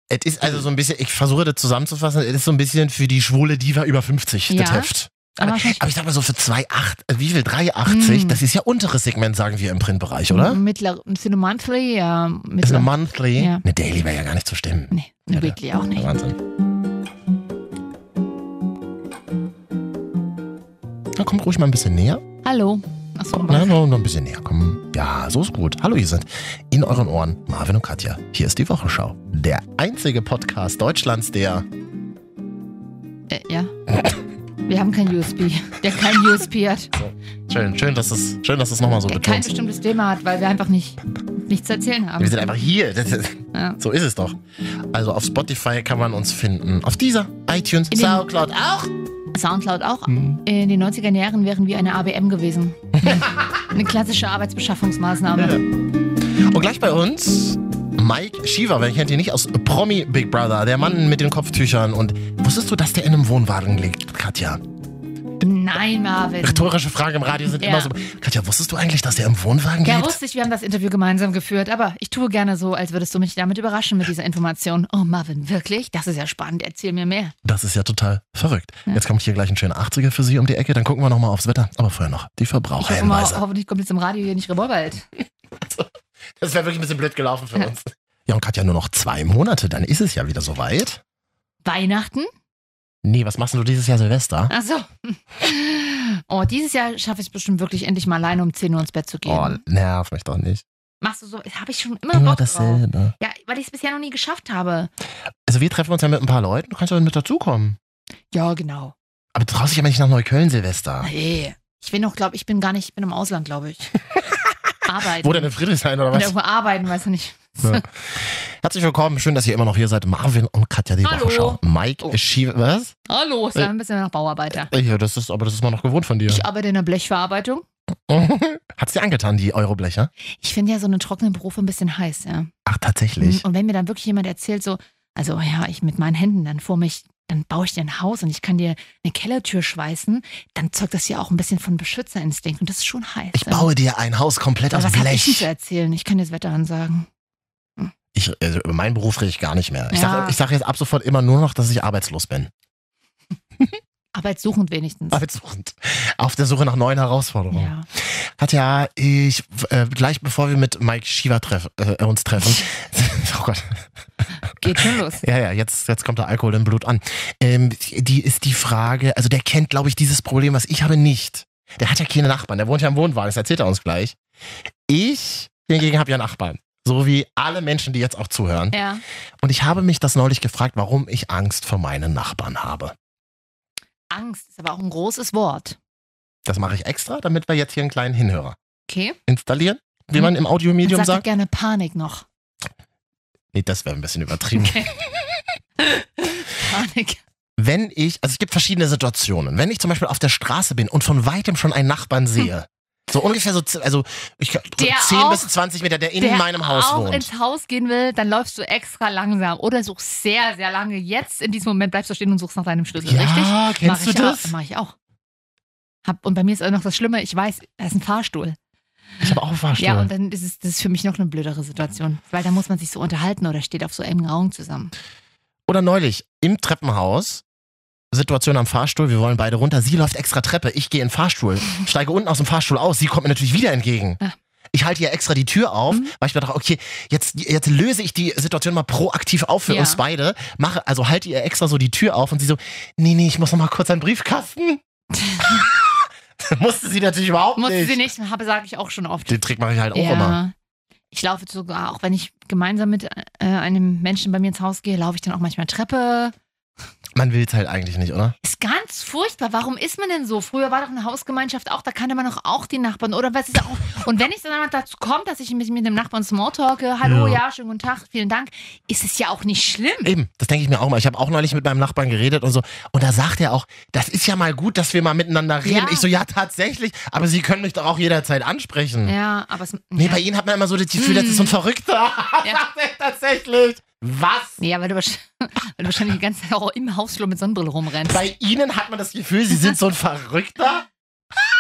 Es ist also so ein bisschen, ich versuche das zusammenzufassen, es ist so ein bisschen für die schwule Diva über 50, das
Ja.
Heft.
Aber
Aber,
wahrscheinlich-
aber ich sag mal so für 2,8, also wie viel? 3,80?
Mm.
Das ist ja unteres Segment, sagen wir im Printbereich, oder?
Mittler, ist eine Monthly, ja.
Ist
Mittler,
eine Monthly?
Ja.
Eine Daily wäre ja gar nicht zu stimmen.
Nee, eine Weekly auch nicht.
Wahnsinn. Na, kommt ruhig mal ein bisschen näher.
Hallo. Achso,
Nein, noch, noch ein bisschen näher kommen. Ja, so ist gut. Hallo, ihr seid in euren Ohren Marvin und Katja. Hier ist die Wochenschau. Der einzige Podcast Deutschlands, der.
äh, ja. Wir haben kein USB, der kein USB hat.
Schön, schön, dass es, schön, dass es nochmal so
der kein
betont.
bestimmtes Thema hat, weil wir einfach nicht, nichts zu erzählen haben.
Wir sind einfach hier. Das ist,
Ja.
So ist es doch. Also auf Spotify kann man uns finden. Auf dieser, iTunes,
In den-
Soundcloud auch.
Soundcloud auch.
Hm.
In den 90er Jahren wären wir eine ABM gewesen. eine klassische Arbeitsbeschaffungsmaßnahme.
Und gleich bei uns Mike Shiva, wer kennt ihn nicht, aus Promi Big Brother, der Mann mit den Kopftüchern. Und wusstest du, dass der in einem Wohnwagen liegt, Katja?
Nein, Marvin.
Rhetorische Fragen im Radio sind
Ja.
immer so. Katja, wusstest du eigentlich, dass der im Wohnwagen
Ja,
liegt?
wusste ich, wir haben das Interview gemeinsam geführt, aber ich tue gerne so, als würdest du mich damit überraschen mit dieser Information. Oh, Marvin, wirklich? Das ist ja spannend. Erzähl mir mehr.
Das ist ja total verrückt. Jetzt kommt hier gleich ein schöner 80er für Sie um die Ecke. Dann gucken wir nochmal aufs Wetter. Aber vorher noch die
Ich hoffe mal,
Verbraucherhinweise.
hoffentlich kommt jetzt im Radio hier nicht Revolverheld.
Das wäre wirklich ein bisschen blöd gelaufen für uns. Ja, und Katja, nur noch zwei Monate, dann ist es ja wieder soweit.
Weihnachten?
Nee, was machst denn du dieses Jahr Silvester?
Achso. Oh, dieses Jahr schaffe ich es bestimmt wirklich endlich mal alleine um 10 Uhr ins Bett zu gehen.
Oh, nerv mich doch nicht.
Machst du so, habe ich schon immer Bock
Immer
drauf.
dasselbe.
Ja, weil ich es bisher noch nie geschafft habe.
Also wir treffen uns ja mit ein paar Leuten, du kannst ja mit dazukommen.
Ja, genau.
Aber du traust dich aber nicht nach Neukölln Silvester.
Hey, ich bin noch, glaube ich, bin gar nicht, ich bin im Ausland, glaube ich. arbeiten.
Wo denn in Friedrichshain oder
Bin
was?
irgendwo arbeiten, weiß ich nicht.
Ja. Herzlich willkommen, schön, dass ihr immer noch hier seid. Marvin und Katja, die
Hallo.
Wochenschau. Mike
Oh.
Schieber. Was?
Hallo,
Äh.
ist ja ein bisschen nach Bauarbeiter.
Ja, das ist, aber das ist man noch gewohnt von dir.
Ich arbeite in der Blechverarbeitung.
Hat's dir angetan, die Euroblecher?
Ich finde ja so einen trockenen Beruf ein bisschen heiß, ja.
Ach, tatsächlich.
Und wenn mir dann wirklich jemand erzählt, so, also ja, ich mit meinen Händen dann vor mich, dann baue ich dir ein Haus und ich kann dir eine Kellertür schweißen, dann zeugt das ja auch ein bisschen von Beschützerinstinkt und das ist schon heiß.
Ich baue dir ein Haus komplett
Aber
aus
was hab ich denn zu
Blech.
erzählen? Ich kann dir das Wetter ansagen.
Ich, also über meinen Beruf rede ich gar nicht mehr. Ich
Ja.
sage sag jetzt ab sofort immer nur noch, dass ich arbeitslos bin.
Arbeitssuchend wenigstens.
Arbeitssuchend. Auf der Suche nach neuen Herausforderungen.
Ja.
Katja, ich, äh, gleich bevor wir mit Mike Shiva treff, äh, uns treffen. oh Gott.
Geht schon los.
Ja, ja, jetzt, jetzt kommt der Alkohol im Blut an. Ähm, die ist die Frage, also der kennt, glaube ich, dieses Problem, was ich habe, nicht. Der hat ja keine Nachbarn, der wohnt ja im Wohnwagen, das erzählt er uns gleich. Ich hingegen habe ja Nachbarn. So wie alle Menschen, die jetzt auch zuhören.
Ja.
Und ich habe mich das neulich gefragt, warum ich Angst vor meinen Nachbarn habe.
Angst ist aber auch ein großes Wort.
Das mache ich extra, damit wir jetzt hier einen kleinen Hinhörer
Okay?
installieren, wie man im Audiomedium
Dann sag doch
sagt.
gerne Panik noch.
Nee, das wäre ein bisschen übertrieben.
Panik.
Wenn ich, also es gibt verschiedene Situationen. Wenn ich zum Beispiel auf der Straße bin und von weitem schon einen Nachbarn sehe, so ungefähr so, z- also ich, glaub, so
Hm. Der
10
auch-
bis 20 Meter, der in
Wer
meinem Haus
auch
wohnt.
ins Haus gehen will, dann läufst du extra langsam oder suchst sehr, sehr lange. Jetzt in diesem Moment bleibst du stehen und suchst nach deinem Schlüssel,
Ja,
richtig?
kennst
Mach
du
ich
das?
Auch, mach ich auch. Hab, und bei mir ist auch noch das Schlimme, ich weiß, da ist ein Fahrstuhl.
Ich habe auch einen Fahrstuhl.
Ja, und dann ist es das ist für mich noch eine blödere Situation, weil da muss man sich so unterhalten oder steht auf so engen Raum zusammen.
Oder neulich im Treppenhaus. Situation am Fahrstuhl, wir wollen beide runter. Sie läuft extra Treppe, ich gehe in den Fahrstuhl, steige unten aus dem Fahrstuhl aus, sie kommt mir natürlich wieder entgegen.
Ah.
Ich halte ihr extra die Tür auf,
Mhm.
weil ich mir dachte, okay, jetzt, jetzt löse ich die Situation mal proaktiv auf für
Ja.
uns beide. Mache, also halte ihr extra so die Tür auf und sie so, nee, nee, ich muss noch mal kurz einen Briefkasten. Musste sie natürlich überhaupt
Musste
nicht.
sie nicht, habe sage ich auch schon oft.
Den Trick mache ich halt auch
ja.
immer.
Ich laufe sogar, auch wenn ich gemeinsam mit äh, einem Menschen bei mir ins Haus gehe, laufe ich dann auch manchmal Treppe.
Man will es halt eigentlich nicht, oder?
Ist ganz furchtbar. Warum ist man denn so? Früher war doch eine Hausgemeinschaft auch, da kannte man doch auch die Nachbarn. Oder was ist auch. Und wenn es dann dazu kommt, dass ich mit, mit dem Nachbarn smalltalke, hallo,
Ja.
ja. schönen guten Tag, vielen Dank, ist es ja auch nicht schlimm.
Eben, das denke ich mir auch mal. Ich habe auch neulich mit meinem Nachbarn geredet und so. Und da sagt er auch, das ist ja mal gut, dass wir mal miteinander reden.
Ja.
Ich so, ja, tatsächlich. Aber Sie können mich doch auch jederzeit ansprechen.
Ja, Hm. aber es.
Hm. Nee,
ja.
bei Ihnen hat man immer so das Gefühl, das ist so ein Verrückter. Sagt er tatsächlich. Was?
Ja, weil du, wahrsch- weil du wahrscheinlich die ganze Zeit auch im Hausflur mit Sonnenbrille rumrennst.
Bei Ihnen hat man das Gefühl, Sie sind so ein Verrückter?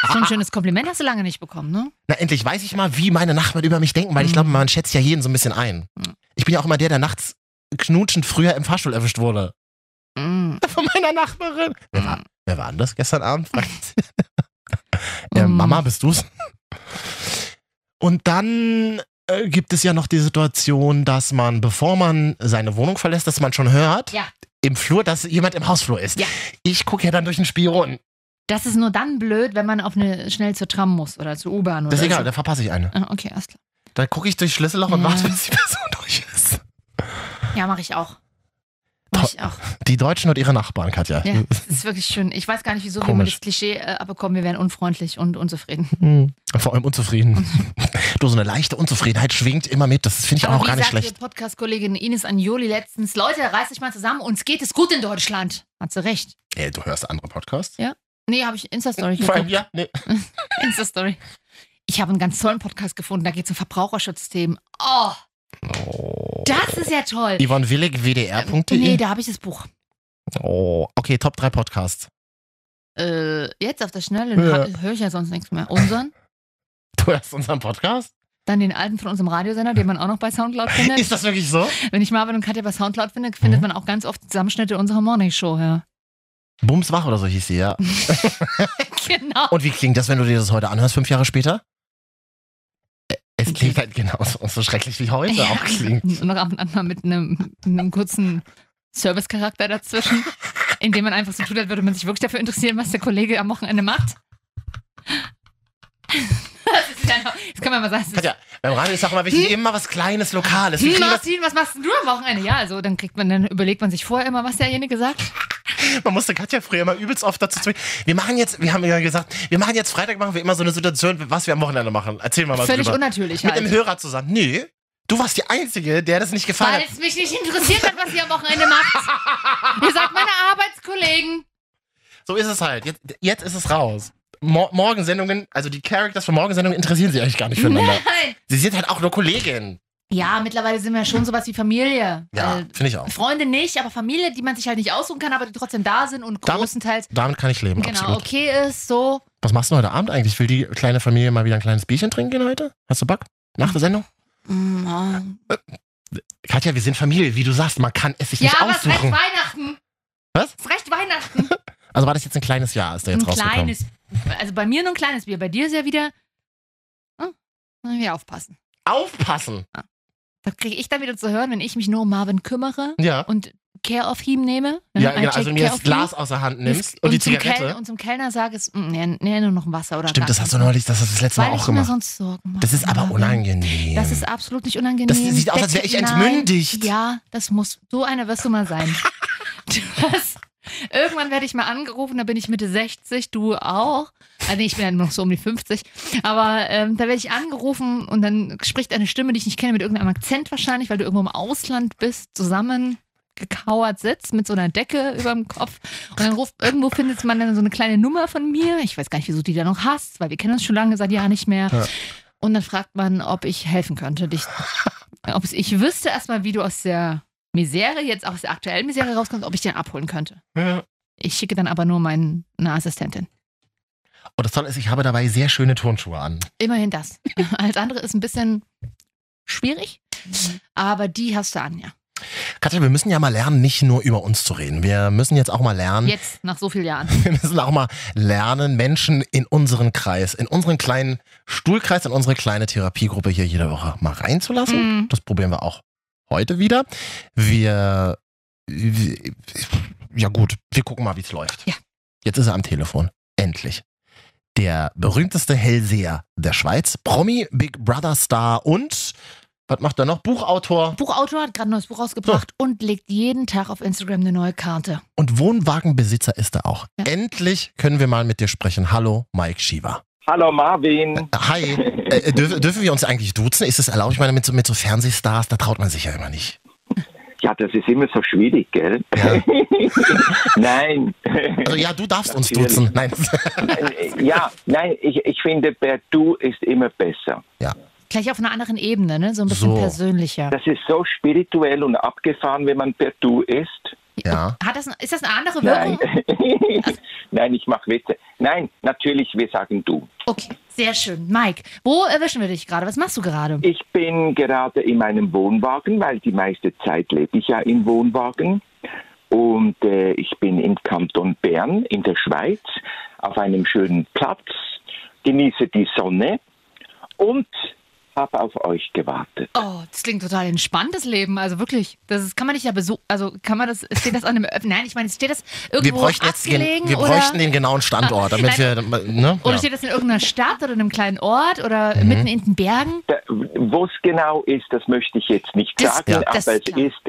Schon ein schönes Kompliment hast du lange nicht bekommen, ne?
Na, endlich weiß ich mal, wie meine Nachbarn über mich denken, weil
Hm.
ich glaube, man schätzt ja jeden so ein bisschen ein. Ich bin ja auch immer der, der nachts knutschend früher im Fahrstuhl erwischt wurde. Von meiner Nachbarin. Wer
Mhm.
war, wer war denn das gestern Abend? Fragt sie. äh,
Mhm.
Mama, bist du's? Und dann äh, gibt es ja noch die Situation, dass man, bevor man seine Wohnung verlässt, dass man schon hört
Ja.
im Flur, dass jemand im Hausflur ist. Ich gucke ja dann durch den Spion.
Das ist nur dann blöd, wenn man auf eine schnell zur Tram muss oder zur U-Bahn oder
Das ist egal,
so.
da verpasse ich eine.
Ah, okay, alles klar.
Da gucke ich durchs Schlüsselloch und
Ja.
warte, bis die Person durch ist.
Ja, mache ich auch. Mach ich auch.
Die Deutschen und ihre Nachbarn, Katja.
Ja, das ist wirklich schön. Ich weiß gar nicht, wieso wir immer
Komisch.
das Klischee äh, abbekommen, wir wären unfreundlich und unzufrieden.
Und Mhm. vor allem unzufrieden. du, so eine leichte Unzufriedenheit schwingt immer mit. Das finde ich
Aber
auch
wie
gar nicht
sagte
schlecht.
Podcast-Kollegin Ines Anjoli letztens, Leute, reißt euch mal zusammen, uns geht es gut in Deutschland. Hat sie recht.
Ey, du hörst andere Podcasts?
Ja. Nee, habe ich Insta-Story
Vor allem, ja,
geguckt.
ne. nee.
Insta-Story. Ich habe einen ganz tollen Podcast gefunden, da geht es um Verbraucherschutzthemen. Oh, das ist ja toll.
Yvonne Willig, wdr.de.
Nee, da habe ich das Buch.
E. oh, okay, Top 3 Podcasts.
Äh, jetzt auf der Schnelle
Ja.
höre ich ja sonst nichts mehr. Unseren,
Du hörst unseren Podcast?
dann den alten von unserem Radiosender, den man auch noch bei Soundcloud findet.
Ist Mhm. das wirklich so?
Wenn ich Marvin und Katja bei Soundcloud finde, findet man auch ganz oft Zusammenschnitte unserer Morning Show her.
Bums wach oder so hieß sie,
Mhm.
ja.
genau.
Und wie klingt das, wenn du dir das heute anhörst, fünf Jahre später? Äh, Es
Mhm.
klingt halt genauso so schrecklich wie heute auch klingt.
Und noch ab und an mal mit einem, einem kurzen Service-Charakter dazwischen, indem man einfach so tut, als würde man sich wirklich dafür interessieren, was der Kollege am Wochenende macht. Das ist ja noch, das kann man mal sagen. das ist-
Katja, beim Radio ist auch immer wichtig, immer was Kleines, Lokales. Wir
Hm,
kriegen das,
Martin, was machst denn du am Wochenende? Ja, also dann kriegt man, dann überlegt man sich vorher immer, was derjenige sagt.
man musste Katja früher immer übelst oft dazu zwingen. Wir machen jetzt, wir haben ja gesagt, wir machen jetzt Freitag, machen wir immer so eine Situation, was wir am Wochenende machen. Erzähl mal mal
Völlig
drüber.
unnatürlich
Mit
halt.
einem Hörer zusammen. Nee, du warst die Einzige, der das nicht gefallen
Weil
hat.
es mich nicht interessiert hat, was ihr am Wochenende macht. Ihr sagt meine Arbeitskollegen.
So ist es halt. Jetzt, jetzt ist es raus. Mor Morgensendungen, also die Characters von Morgensendungen interessieren sich eigentlich gar nicht füreinander.
Nein.
Sie sind halt auch nur Kolleginnen.
Ja, mittlerweile sind wir schon sowas wie Familie.
Ja,
Weil
finde ich auch.
Freunde nicht, aber Familie, die man sich halt nicht aussuchen kann, aber die trotzdem da sind und großenteils
Damit kann ich leben,
genau
absolut.
okay ist. So,
Was machst du heute Abend eigentlich? Will die kleine Familie mal wieder ein kleines Bierchen trinken gehen heute? Hast du Bock? Nach der Sendung?
Mm,
Katja, wir sind Familie, wie du sagst, man kann es sich
ja,
nicht
aber es reicht
aussuchen.
Weihnachten.
Was?
Es reicht Weihnachten.
Also war das jetzt ein kleines Jahr, ist da jetzt
ein
rausgekommen.
kleines, also bei mir nur ein kleines Bier, bei dir ist ja wieder. Hm, müssen wir aufpassen.
Aufpassen!
Das kriege ich dann wieder zu hören, wenn ich mich nur um Marvin kümmere
Ja.
und halt Care of Him nehme.
Ja,
I
genau,
take
also mir
care
das
of
Glas
him.
aus der Hand nimmst und, die
zum
Zigarette.
Kellner- und zum Kellner sage es, mm, nee, nee, nur noch ein Wasser oder
Stimmt, das hast du neulich, das hast du das letzte
Weil
Mal auch
ich
gemacht.
Mir sonst Sorgen mache. ne?
das ist aber unangenehm.
Das ist absolut nicht unangenehm.
Das sieht aus, als wäre ich
Becky,
entmündigt.
Nein. Ja, das muss. So einer wirst du mal sein. du wirst, irgendwann werde ich mal angerufen, da bin ich Mitte 60, du auch. Also nee, ich bin ja noch so um die 50. Aber ähm, da werde ich angerufen und dann spricht eine Stimme, die ich nicht kenne, mit irgendeinem Akzent wahrscheinlich, weil du irgendwo im Ausland bist, zusammen gekauert sitzt mit so einer Decke über dem Kopf und dann ruft irgendwo findet man dann so eine kleine Nummer von mir. Ich weiß gar nicht, wieso du die da noch hast, weil wir kennen uns schon lange, seit Jahren nicht mehr.
Ja.
Und dann fragt man, ob ich helfen könnte. Dich, ob es- ich wüsste erstmal, wie du aus der Misere, jetzt aus der aktuellen Misere rauskommst, ob ich den abholen könnte.
Ja.
Ich schicke dann aber nur meine Assistentin.
Und das Tolle ist, ich habe dabei sehr schöne Turnschuhe an.
Immerhin das. Alles andere ist ein bisschen schwierig, aber die hast du an, ja.
Katja, wir müssen ja mal lernen, nicht nur über uns zu reden. Wir müssen jetzt auch mal
Hm.
lernen.
Jetzt, nach so vielen Jahren.
Wir müssen auch mal lernen, Menschen in unseren Kreis, in unseren kleinen Stuhlkreis, in unsere kleine Therapiegruppe hier jede Woche mal reinzulassen.
Hm.
Das probieren wir auch heute wieder. Wir, wir- ja gut, wir gucken mal, wie es läuft. Jetzt ist er am Telefon. Endlich. Der berühmteste Hellseher der Schweiz, Promi, Big Brother Star und, was macht er noch? Buchautor.
Buchautor hat gerade ein neues Buch rausgebracht und legt jeden Tag auf Instagram eine neue Karte.
Und Wohnwagenbesitzer ist er auch. Endlich können wir mal mit dir sprechen. Hallo, Mike Shiva.
Hallo Marvin.
Hi. Äh, dürf, dürfen wir uns eigentlich duzen? Ist das erlaubt? Ich meine, mit so, mit so Fernsehstars, da traut man sich ja immer nicht.
Ja, das ist immer so schwierig, gell? nein.
Also ja, du darfst uns duzen. Nein.
ja, nein, ich, ich finde, per Du ist immer besser.
Ja.
Gleich auf einer anderen Ebene, ne? So ein bisschen
So.
persönlicher.
Das ist so spirituell und abgefahren, wenn man per Du ist.
Ja.
Hat das, ist das eine andere
Nein,
Wirkung?
nein ich mache Witze. Nein, natürlich, wir sagen Du.
Okay, sehr schön. Mike, wo erwischen wir dich gerade? Was machst du gerade?
Ich bin gerade in meinem Wohnwagen, weil die meiste Zeit lebe ich ja im Wohnwagen. Und äh, ich bin im Kanton Bern in der Schweiz auf einem schönen Platz, genieße die Sonne und habe auf euch gewartet.
Oh, das klingt total entspanntes Leben. Also wirklich, das ist, kann man nicht ja besuchen. Also kann man das, steht das an einem Öffnen? Nein, ich meine, steht das
Wir
irgendwo
bräuchten, jetzt
abgelegen?
den, wir
oder,
bräuchten den genauen Standort, damit wir. Ne?
oder
Ja. Mhm.
steht das in irgendeiner Stadt oder in einem kleinen Ort oder mitten in den Bergen?
Da- Wo es genau ist, das möchte ich jetzt nicht
Das-
sagen,
ja, das-
aber es ist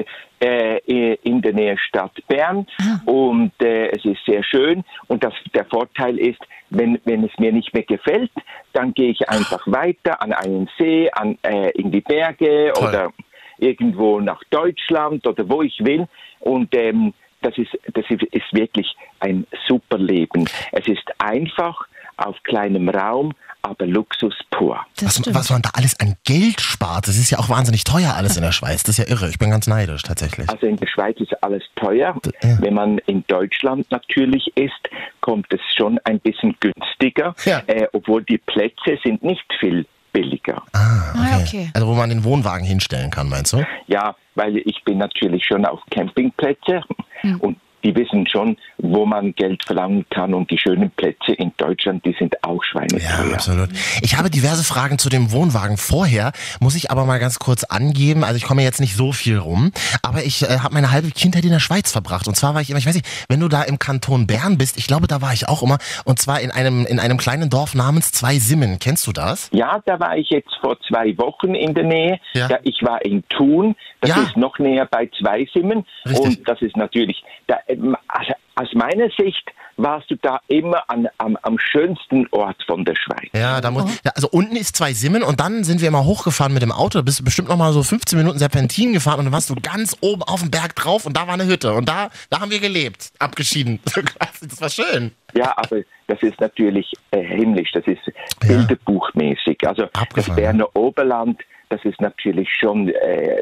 äh, in der Nähe Stadt Bern und äh, es ist sehr schön. Und das, der Vorteil ist, wenn, wenn es mir nicht mehr gefällt, dann gehe ich einfach weiter an einen See, an, äh, in die Berge oder irgendwo nach Deutschland oder wo ich will. Und ähm, das, ist, das ist, ist wirklich ein super Leben. Es ist einfach auf kleinem Raum, aber Luxus pur.
Was, was man da alles an Geld spart. Das ist ja auch wahnsinnig teuer alles in der Schweiz. Das ist ja irre. Ich bin ganz neidisch
Ah,
tatsächlich.
Also in der Schweiz ist alles teuer. Wenn man in Deutschland natürlich ist, kommt es schon ein bisschen günstiger, äh, obwohl die Plätze sind nicht viel billiger.
Ah, okay. Also wo man den Wohnwagen hinstellen kann, meinst du?
Ja, weil ich bin natürlich schon auf Campingplätze und die wissen schon, wo man Geld verlangen kann und die schönen Plätze in Deutschland, die sind auch schweineteuer.
Absolut. Ich habe diverse Fragen zu dem Wohnwagen vorher, muss ich aber mal ganz kurz angeben. Also ich komme jetzt nicht so viel rum, aber ich äh, habe meine halbe Kindheit in der Schweiz verbracht. Und zwar war ich immer, ich weiß nicht, wenn du da im Kanton Bern bist, ich glaube, da war ich auch immer. Und zwar in einem, in einem kleinen Dorf namens Zweisimmen. Kennst du das?
Ja, da war ich jetzt vor zwei Wochen in der Nähe. Da, ich war in Thun. Das ist noch näher bei Zweisimmen. Und das ist natürlich, da, ähm, also aus meiner Sicht warst du da immer an, am, am schönsten Ort von der Schweiz.
Ja, da muss,
Oh.
ja, also unten ist zwei Simmen und dann sind wir immer hochgefahren mit dem Auto. Da bist du bestimmt noch mal so 15 Minuten Serpentin gefahren und dann warst du ganz oben auf dem Berg drauf und da war eine Hütte und da, da haben wir gelebt, abgeschieden. So quasi. Das war schön.
Ja, aber das ist natürlich äh, himmlisch. Das ist bilderbuchmäßig. Also das Berner Oberland, das ist natürlich schon äh,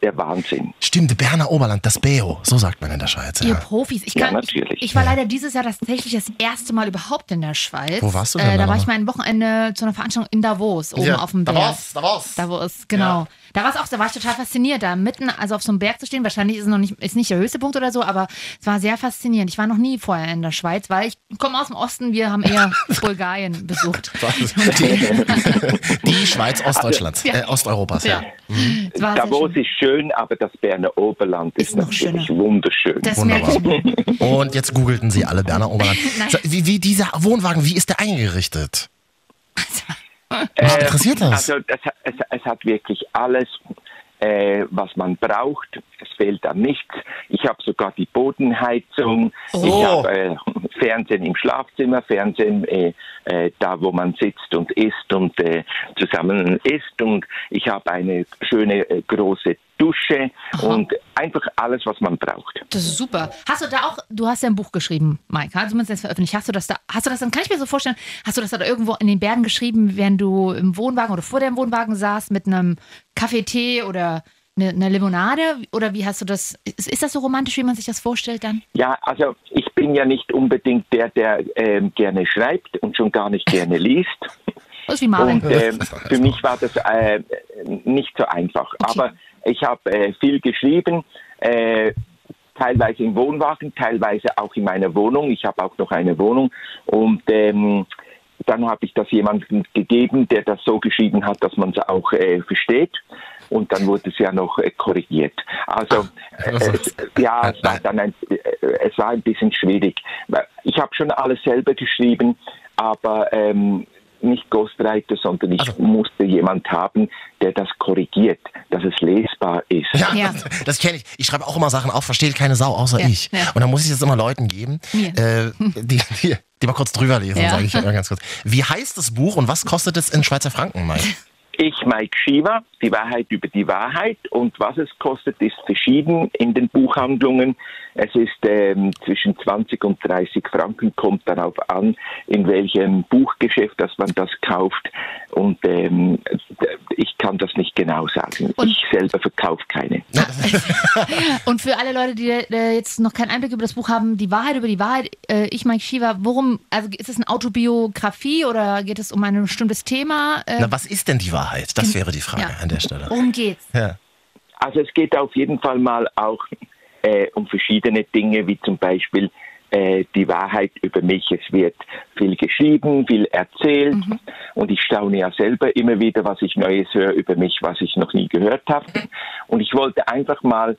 der Wahnsinn.
Stimmt, Berner Oberland, das Beo, so sagt man in der Schweiz.
Ihr
Ja.
Profis. Ich,
Ja,
kann, ich,
natürlich.
ich war leider dieses Jahr das, tatsächlich das erste Mal überhaupt in der Schweiz.
Wo warst du denn
äh,
da
Da war ich
noch?
mal ein Wochenende zu einer Veranstaltung in Davos, oben
Ja,
auf dem Berg.
Davos, Davos.
Davos, genau.
Ja.
Da war es auch, da war ich total fasziniert, da mitten, also auf so einem Berg zu stehen. Wahrscheinlich ist es noch nicht, ist nicht der höchste Punkt oder so, aber es war sehr faszinierend. Ich war noch nie vorher in der Schweiz, weil ich komme aus dem Osten, wir haben eher Bulgarien besucht.
Die, die Schweiz Ostdeutschlands,
Ja.
äh, Osteuropas. Ja.
Ja. Es war sehr
Davos ist schön, aber das Berner Oberland ist, natürlich wunderschön.
Das merke ich
Wunderbar. Und jetzt googelten sie alle Berner Oberland. So, wie, wie dieser Wohnwagen, wie ist der eingerichtet?
Also-
Mich
Äh,
interessiert das.
Also es, hat- es, es hat wirklich alles, äh, was man braucht. Es fehlt an nichts. Ich habe sogar die Bodenheizung. Ich habe äh, Fernsehen im Schlafzimmer, Fernsehen äh, äh, da, wo man sitzt und isst und äh, zusammen isst. Und ich habe eine schöne äh, große Dusche und einfach alles, was man braucht.
Das ist super. Hast du da auch, du hast ja ein Buch geschrieben, Mike, also zumindest jetzt veröffentlicht. Hast du das da, hast du das dann, kann ich mir so vorstellen, hast du das da irgendwo in den Bergen geschrieben, während du im Wohnwagen oder vor deinem Wohnwagen saßt mit einem Kaffee, Tee oder eine, einer Limonade? Oder wie hast du das, ist, ist das so romantisch, wie man sich das vorstellt dann?
Ja, also ich bin ja nicht unbedingt der, der ähm, gerne schreibt und schon gar nicht gerne liest. Oh.
Das ist wie Marvin.
Und ähm, für mich war das äh, nicht so einfach. Aber Ich habe äh, viel geschrieben, äh, teilweise im Wohnwagen, teilweise auch in meiner Wohnung. Ich habe auch noch eine Wohnung. Und ähm, dann habe ich das jemandem gegeben, der das so geschrieben hat, dass man es auch äh, versteht. Und dann wurde es ja noch äh, korrigiert. Also äh, es, ja, es war dann ein, äh, es war ein bisschen schwierig. Ich habe schon alles selber geschrieben, aber ähm, nicht Ghostwriter, sondern ich musste jemand haben, der das korrigiert, dass es lesbar ist.
Ja, das, das kenne ich. Ich schreibe auch immer Sachen auf, versteht keine Sau außer
Ja,
ich.
ja.
Und dann muss ich es jetzt immer Leuten geben, äh, die, die, die mal kurz drüber lesen,
Ja.
sage ich mal ganz kurz. Wie heißt das Buch und was kostet es in Schweizer Franken, Mike?
Ich, Mike Schieber, die Wahrheit über die Wahrheit und was es kostet, ist verschieden in den Buchhandlungen. Es ist ähm, zwischen 20 und 30 Franken, kommt darauf an, in welchem Buchgeschäft, dass man das kauft. Und ähm, ich kann das nicht genau sagen. ich selber verkaufe keine.
Und für alle Leute, die äh, jetzt noch keinen Einblick über das Buch haben, die Wahrheit über die Wahrheit, äh, ich Mike Shiva, worum, also ist es eine Autobiografie oder geht es um ein bestimmtes Thema? Äh,
Na, was ist denn die Wahrheit? Das wäre die Frage
Ja.
an der Stelle.
Worum geht's?
Ja.
Also es geht auf jeden Fall mal auch äh, um verschiedene Dinge, wie zum Beispiel äh, die Wahrheit über mich. Es wird viel geschrieben, viel erzählt und ich staune ja selber immer wieder, was ich Neues höre über mich, was ich noch nie gehört habe. Und ich wollte einfach mal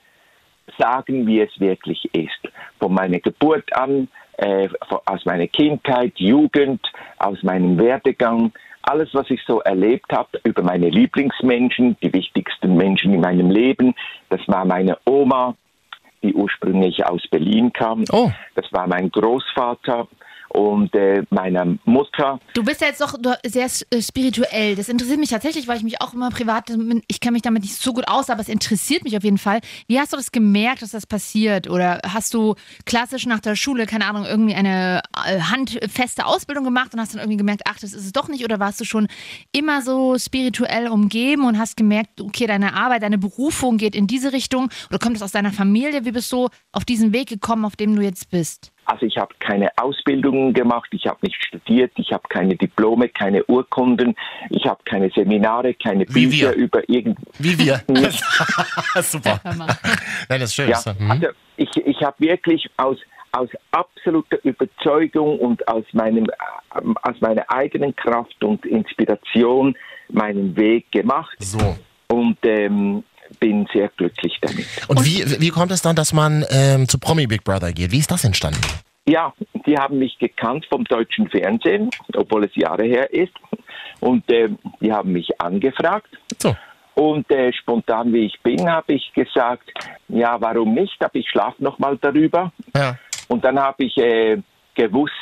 sagen, wie es wirklich ist. Von meiner Geburt an, äh, von- aus meiner Kindheit, Jugend, aus meinem Werdegang, alles, was ich so erlebt habe, über meine Lieblingsmenschen, die wichtigsten Menschen in meinem Leben. Das war meine Oma, die ursprünglich aus Berlin kam. Das war mein Großvater und äh, meine Mutter.
Du bist ja jetzt doch do- sehr äh, spirituell. Das interessiert mich tatsächlich, weil ich mich auch immer privat, ich kenne mich damit nicht so gut aus, aber es interessiert mich auf jeden Fall. Wie hast du das gemerkt, dass das passiert? Oder hast du klassisch nach der Schule, keine Ahnung, irgendwie eine äh, handfeste Ausbildung gemacht und hast dann irgendwie gemerkt, ach, das ist es doch nicht? Oder warst du schon immer so spirituell umgeben und hast gemerkt, okay, deine Arbeit, deine Berufung geht in diese Richtung? Oder kommt das aus deiner Familie? Wie bist du auf diesen Weg gekommen, auf dem du jetzt bist?
Also ich habe keine Ausbildungen gemacht, ich habe nicht studiert, ich habe keine Diplome, keine Urkunden, ich habe keine Seminare, keine
Wie
Bücher
wir.
über irgend.
Wie wir. Super. Nein, das ist schön.
Ja,
Das ist- mhm.
also ich, ich habe wirklich aus, aus absoluter Überzeugung und aus, meinem, ähm, aus meiner eigenen Kraft und Inspiration meinen Weg gemacht.
So.
Und ähm, bin sehr glücklich damit.
Und wie, wie kommt es dann, dass man ähm, zu Promi Big Brother geht? Wie ist das entstanden?
Ja, die haben mich gekannt vom deutschen Fernsehen, obwohl es Jahre her ist. Und ähm, die haben mich angefragt. Und äh, spontan wie ich bin, habe ich gesagt, ja, warum nicht? Aber ich schlafe noch mal darüber. Und dann habe ich äh, gewusst,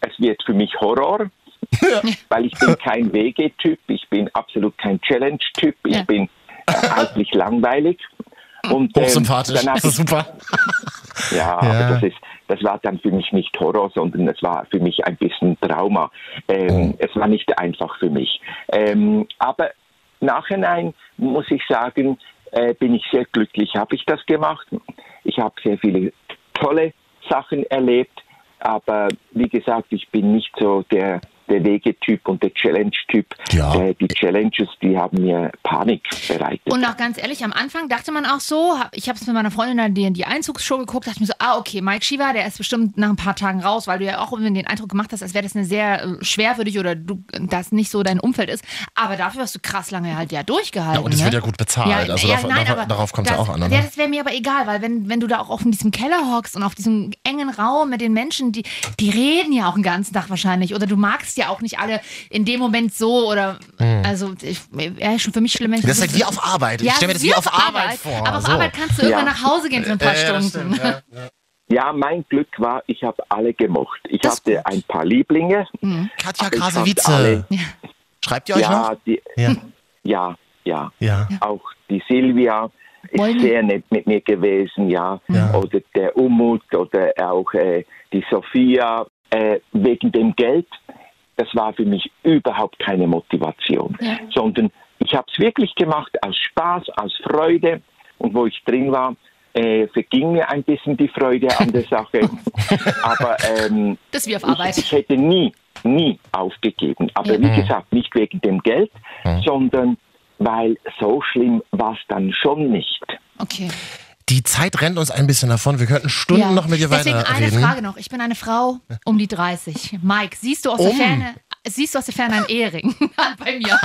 es wird für mich Horror, weil ich bin kein WG-Typ, ich bin absolut kein Challenge-Typ, ich bin äh, eigentlich langweilig. Und ähm,
Hochsympathisch.
dann habe
Das ist
ich
super.
ja,
Ja.
aber das, ist, das war dann für mich nicht Horror, sondern es war für mich ein bisschen Trauma. Ähm, Es war nicht einfach für mich. Ähm, aber nachhinein muss ich sagen, äh, bin ich sehr glücklich, habe ich das gemacht. Ich habe sehr viele tolle Sachen erlebt, aber wie gesagt, ich bin nicht so der, der Wegetyp und der Challenge-Typ. Äh, die Challenges, die haben mir Panik bereitet.
Und auch ganz ehrlich, am Anfang dachte man auch so, hab- ich habe es mit meiner Freundin dann die, die Einzugsshow geguckt, dachte mir so, ah, okay, Mike Shiva, der ist bestimmt nach ein paar Tagen raus, weil du ja auch immer den Eindruck gemacht hast, als wäre das eine sehr äh, schwerwürdig oder du, das nicht so dein Umfeld ist. Aber dafür hast du krass lange halt ja durchgehalten.
Ja, und es
ne?
wird ja gut bezahlt. Also darauf- darauf-
aber
darauf kommt's ja
das-
auch an, ne? oder?
Ja, das wäre mir aber egal, weil wenn, wenn du da auch auf diesem Keller hockst und auf diesem engen Raum mit den Menschen, die, die reden ja auch den ganzen Tag wahrscheinlich oder du magst ja auch nicht alle in dem Moment so oder,
Mhm.
also ich, wäre schon für mich schlimm, wenn ich
Das ist halt wie auf Arbeit. Ich
ja,
stell mir
es
das
ist
wie auf Arbeit vor.
Aber auf
So.
Arbeit kannst du
Ja.
irgendwann nach Hause gehen für ein paar
Ja, ja, das
Stunden.
stimmt, ja. Ja, mein Glück war, ich habe alle gemocht. Ich hatte ein paar Lieblinge.
Katja
aber ich hab
Krasavice.
alle-
Schreibt ihr euch
ja,
Mhm. noch?
Die,
Ja.
ja. ja,
Ja.
ja, Auch die Silvia ist
Wollen-
sehr nett mit mir gewesen, ja. Oder der Umut oder auch äh, die Sophia. Äh, wegen dem Geld, das war für mich überhaupt keine Motivation,
Ja.
sondern ich habe es wirklich gemacht aus Spaß, aus Freude. Und wo ich drin war, äh, verging mir ein bisschen die Freude an der Sache. Aber ähm,
Das ist wie auf
ich,
Arbeit.
ich hätte nie, nie aufgegeben. Aber
Ja.
wie
Mhm.
gesagt, nicht wegen dem Geld, sondern weil so schlimm war es dann schon nicht.
Okay.
Die Zeit rennt uns ein bisschen davon. Wir könnten Stunden
Ja.
noch mit dir
Deswegen
weiterreden.
eine Frage noch. Ich bin eine Frau um die 30. Mike, siehst du aus der
Um.
Ferne, siehst du aus der Ferne einen Ehering bei mir?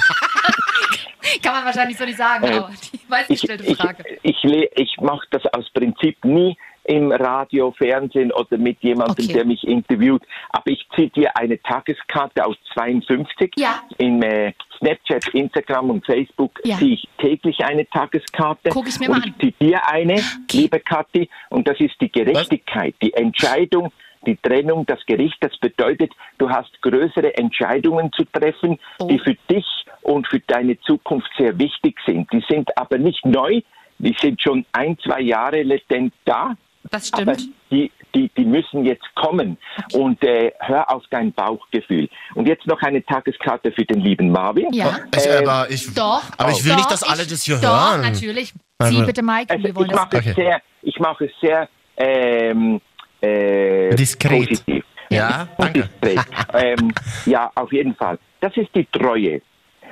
Kann man wahrscheinlich so nicht sagen,
Äh,
aber die meistgestellte
ich,
Frage.
Ich, le- ich mache das aus Prinzip nie im Radio, Fernsehen oder mit jemandem,
Okay.
der mich interviewt. Aber ich ziehe dir eine Tageskarte aus 52.
Ja.
In äh, Snapchat, Instagram und Facebook
Ja.
ziehe ich täglich eine Tageskarte.
Guck ich mir
und
mal an.
ich ziehe dir eine, liebe Kathi, und das ist die Gerechtigkeit, die Entscheidung, die Trennung, das Gericht. Das bedeutet, du hast größere Entscheidungen zu treffen, die für dich und für deine Zukunft sehr wichtig sind. Die sind aber nicht neu, die sind schon ein, zwei Jahre latent da.
Das
stimmt. Aber die, die, die müssen jetzt kommen. Und äh, hör auf dein Bauchgefühl. Und jetzt noch eine Tageskarte für den lieben Marvin.
Ja.
Oh, Ich,
Ähm,
aber ich,
Doch.
aber ich will
doch,
nicht, dass
ich-
alle das hier
doch,
hören. Also
natürlich.
Nein,
Sie
nein.
bitte, Mike, wir wollen
Also
das.
ich mache es sehr, ich mache es sehr ähm, äh,
Diskret.
positiv.
Ja, danke.
Diskret. ähm, ja, auf jeden Fall. Das ist die Treue.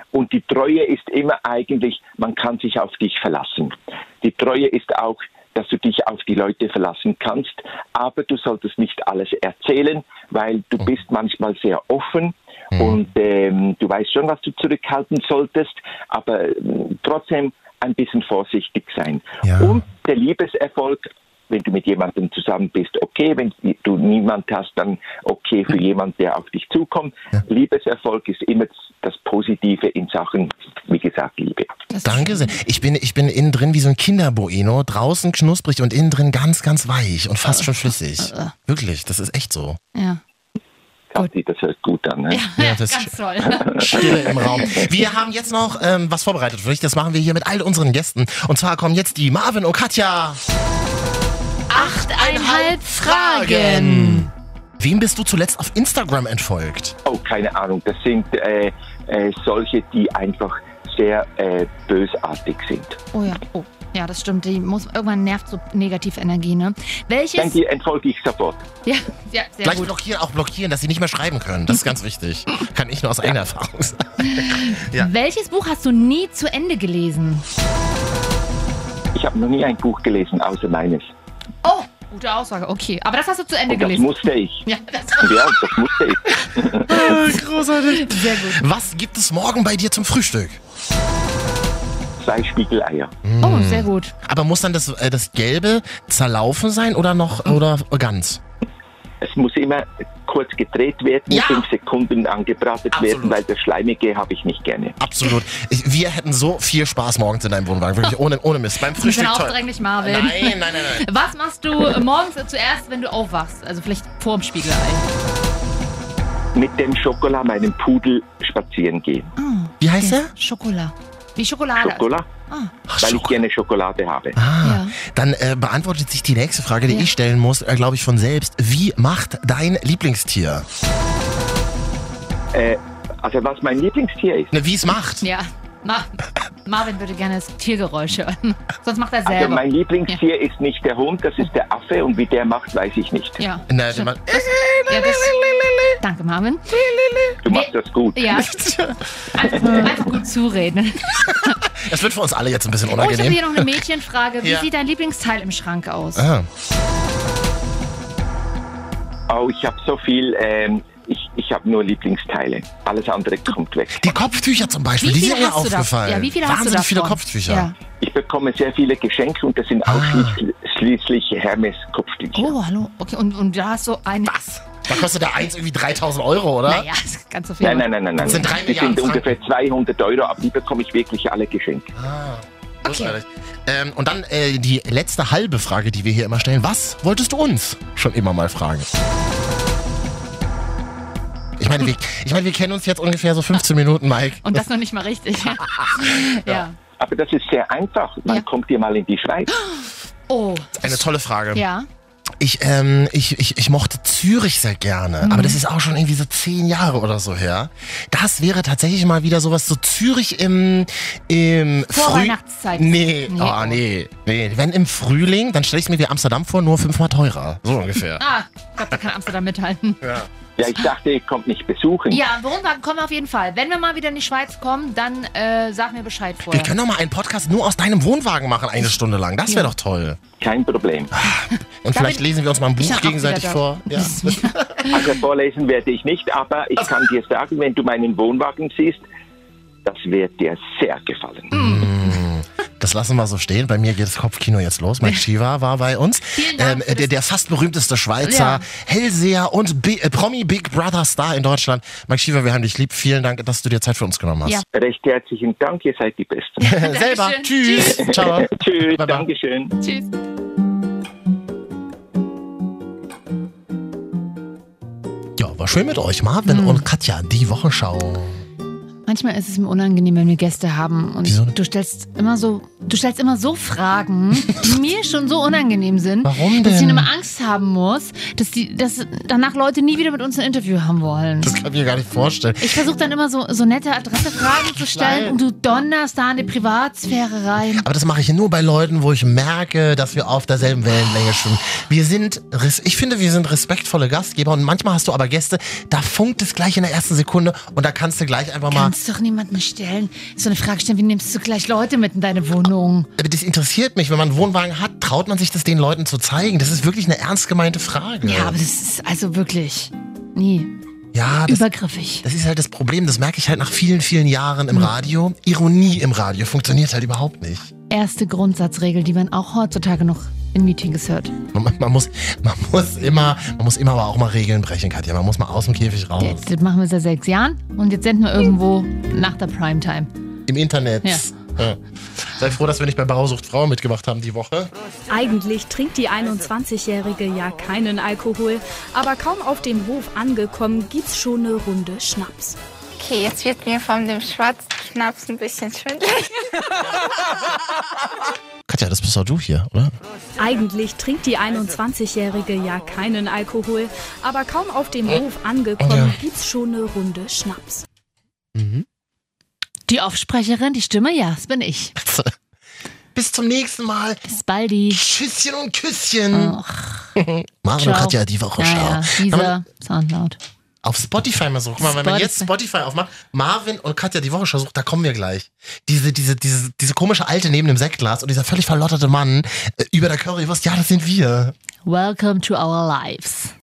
Und die Treue ist immer eigentlich, man kann sich auf dich verlassen. Die Treue ist auch, dass du dich auf die Leute verlassen kannst, aber du solltest nicht alles erzählen, weil du bist manchmal sehr offen und ähm, du weißt schon, was du zurückhalten solltest, aber ähm, trotzdem ein bisschen vorsichtig sein. Und der Liebeserfolg, wenn du mit jemandem zusammen bist, okay, wenn du niemand hast, dann okay für jemand, der auf dich zukommt. Liebeserfolg ist immer das Positive in Sachen, wie gesagt, Liebe.
Danke sehr. Ich bin, ich bin innen drin wie so ein Kinderbueno, draußen knusprig und innen drin ganz, ganz weich und fast schon
Äh,
flüssig. Wirklich, das ist echt so.
Ja.
Kathi, das hört gut an. Ne?
Ja, das
Ganz toll.
Stille im Raum. Wir haben jetzt noch ähm, was vorbereitet für dich. Das machen wir hier mit all unseren Gästen. Und zwar kommen jetzt die Marvin und Katja.
Achteinhalb
Fragen. Wem bist du zuletzt auf Instagram entfolgt?
Oh, keine Ahnung, das sind äh, äh, solche, die einfach sehr äh, bösartig sind.
Oh ja, oh. Ja, das stimmt. Die muss, irgendwann nervt so Negativenergie, ne?
Dann
Welches?
die entfolge ich sofort.
Ja, ja, sehr
Gleich
gut.
blockieren, auch blockieren, dass sie nicht mehr schreiben können. Das ist ganz wichtig. Kann ich nur aus eigener Erfahrung sagen. Ja.
Welches Buch hast du nie zu Ende gelesen?
Ich habe noch nie ein Buch gelesen, außer meines.
Oh, gute Aussage. Okay, aber das hast du zu Ende
Und das
gelesen.
musste ich.
Ja, das
Ja, das musste ich.
Großartig.
Sehr gut.
Was gibt es morgen bei dir zum Frühstück?
Zwei Spiegeleier.
Oh, sehr gut.
Aber muss dann das, äh, das Gelbe zerlaufen sein oder noch oder ganz?
Es muss immer kurz gedreht werden, fünf Sekunden angebratet werden, weil das Schleimige habe ich nicht gerne.
Absolut. Ich, wir hätten so viel Spaß morgens in deinem Wohnwagen. Wirklich ohne, ohne Mist. Beim
Ich bin
Frühstück toll.
aufdringlich, Marvin.
Nein, nein, nein, nein.
Was machst du morgens zuerst, wenn du aufwachst? Also vielleicht vorm Spiegel.
Mit dem Schokola, meinem Pudel, spazieren gehen.
Wie heißt er?
Schokolade. Wie Schokolade.
Schokola?
Ah.
Weil ich gerne Schokolade habe.
Ah, dann äh, beantwortet sich die nächste Frage, die ich stellen muss, äh, glaube ich, von selbst. Wie macht dein Lieblingstier?
Äh, also was mein Lieblingstier ist.
Ne, wie es macht.
Ja. Ma Marvin würde gerne das Tiergeräusch hören. Sonst macht er
Also
selber.
mein Lieblingstier ist nicht der Hund, das ist der Affe und wie der macht, weiß ich nicht.
ja.
Na, der macht-
ja das Danke, Marvin.
Du machst das gut.
Ja. Einfach, einfach gut zureden.
Es wird für uns alle jetzt ein bisschen
Oh, ich habe hier noch
unangenehm.
eine Mädchenfrage. Wie
Ja.
sieht dein Lieblingsteil im Schrank aus?
Ah.
Oh, ich habe so viel, ähm, ich, ich habe nur Lieblingsteile. Alles andere kommt weg.
Die Kopftücher zum Beispiel,
Wie
die
viele
sind mir
hast du davon?
aufgefallen.
Ja, wie viele hast du
Wahnsinnig viele
davon?
Kopftücher.
Ja.
Ich bekomme sehr viele Geschenke und das sind
Ah.
ausschließlich Hermes-Kopftücher.
Oh, hallo. Okay, und, und da hast du ein. Was?
Da kostet der eins irgendwie 3000 Euro, oder?
Naja, ist ganz so viel.
Nein, nein, nein, nein, nein.
Das sind drei
die sind
Milliarden
ungefähr 200 Euro, aber die bekomme ich wirklich alle Geschenke.
Ah, großartig. Ähm, und dann äh, die letzte halbe Frage, die wir hier immer stellen. Was wolltest du uns schon immer mal fragen? Ich meine, wir, ich meine, wir kennen uns jetzt ungefähr so 15 Minuten, Mike.
Und das noch nicht mal richtig. ja. ja.
Aber das ist sehr einfach. Man kommt ihr mal in die Schweiz.
Ah,
Oh.
Eine tolle Frage.
Ja.
Ich, ähm, ich, ich, ich mochte Zürich sehr gerne,
Mhm.
aber das ist auch schon irgendwie so zehn Jahre oder so her. Das wäre tatsächlich mal wieder sowas, so Zürich im, im
Vorweihnachtszeit.
Nee,
Nee.
nee. Oh, nee, nee. Wenn im Frühling, dann stelle ich mir wie Amsterdam vor, nur fünfmal teurer. So ungefähr.
Ah, ich glaube, da kann Amsterdam mithalten.
Ja.
Ja, ich dachte, ihr kommt mich besuchen.
Ja, im Wohnwagen kommen wir auf jeden Fall. Wenn wir mal wieder in die Schweiz kommen, dann äh, sag mir Bescheid
Wir
vorher.
können doch mal einen Podcast nur aus deinem Wohnwagen machen, eine Stunde lang. Das wäre
Ja.
doch toll.
Kein Problem.
Und vielleicht lesen wir uns mal ein
Ich
Buch
hab auch
gegenseitig
wieder
vor. Ja.
Also vorlesen werde ich nicht, aber ich kann dir sagen, wenn du meinen Wohnwagen siehst, das wird dir sehr gefallen.
Mm. Das lassen wir so stehen. Bei mir geht das Kopfkino jetzt los. Mein Shiva war bei uns. Ähm, der, der fast berühmteste Schweizer
Ja.
Hellseher und Bi äh, Promi Big Brother Star in Deutschland. Mike Shiva, wir haben dich lieb. Vielen Dank, dass du dir Zeit für uns genommen hast. Äh,
Recht herzlichen Dank, ihr seid die Besten.
Selber. Tschüss. Ciao.
Tschüss, Dankeschön.
Tschüss.
Ja, war schön mit euch.
Mhm.
Marvin und Katja, die Wochenschau.
Manchmal ist es mir unangenehm, wenn wir Gäste haben und du stellst immer so, du stellst immer so Fragen, die mir schon so unangenehm sind,
Warum
dass ich
denn?
dann immer Angst haben muss, dass die, dass danach Leute nie wieder mit uns ein Interview haben wollen.
Das kann ich mir gar nicht vorstellen.
Ich versuche dann immer so, so nette Adressefragen zu stellen und du donnerst da in die Privatsphäre rein.
Aber das mache ich nur bei Leuten, wo ich merke, dass wir auf derselben Wellenlänge schwimmen. Wir sind, res- ich finde, wir sind respektvolle Gastgeber und manchmal hast du aber Gäste, da funkt es gleich in der ersten Sekunde und da kannst du gleich einfach mal.
Kannst doch niemanden stellen. So eine Frage stellen, wie nimmst du gleich Leute mit in deine Wohnung?
Aber das interessiert mich, wenn man einen Wohnwagen hat, traut man sich das den Leuten zu zeigen? Das ist wirklich eine ernst gemeinte Frage.
Ja, aber das ist also wirklich nie.
Ja, das,
Übergriffig.
das ist halt das Problem, das merke ich halt nach vielen, vielen Jahren
Mhm.
im Radio. Ironie im Radio funktioniert halt überhaupt nicht.
Erste Grundsatzregel, die man auch heutzutage noch in Meetings hört.
Man, man, muss, man, muss immer, man muss immer aber auch mal Regeln brechen, Katja. Man muss mal aus dem Käfig raus.
Jetzt, das machen wir seit sechs Jahren und jetzt senden wir irgendwo nach der Primetime.
Im Internet.
Ja.
Ja. Sei froh, dass wir nicht bei Bausucht Frau mitgemacht haben die Woche.
Eigentlich trinkt die 21-Jährige ja keinen Alkohol, aber kaum auf dem Hof angekommen, gibt's schon eine Runde Schnaps.
Okay, jetzt wird mir von dem schwarzen Schnaps ein bisschen schwindelig.
Katja, das bist doch du hier, oder?
Eigentlich trinkt die 21-Jährige ja keinen Alkohol, aber kaum auf dem Hof angekommen, gibt's schon eine Runde Schnaps.
Die Aufsprecherin, die Stimme, ja, das bin ich.
Bis zum nächsten Mal.
Bis baldi.
Tschüsschen und Küsschen. Marvin und Katja, die Woche
Oh, Ja, ja.
schau.
Dieser Soundlaut.
Auf Spotify mal suchen. Guck mal, wenn man jetzt
Spotify.
Spotify aufmacht, Marvin und Katja die Woche schon sucht, da kommen wir gleich. Diese, diese, diese, diese komische Alte neben dem Sektglas und dieser völlig verlotterte Mann äh, über der Currywurst, ja, das sind wir.
Welcome to our lives.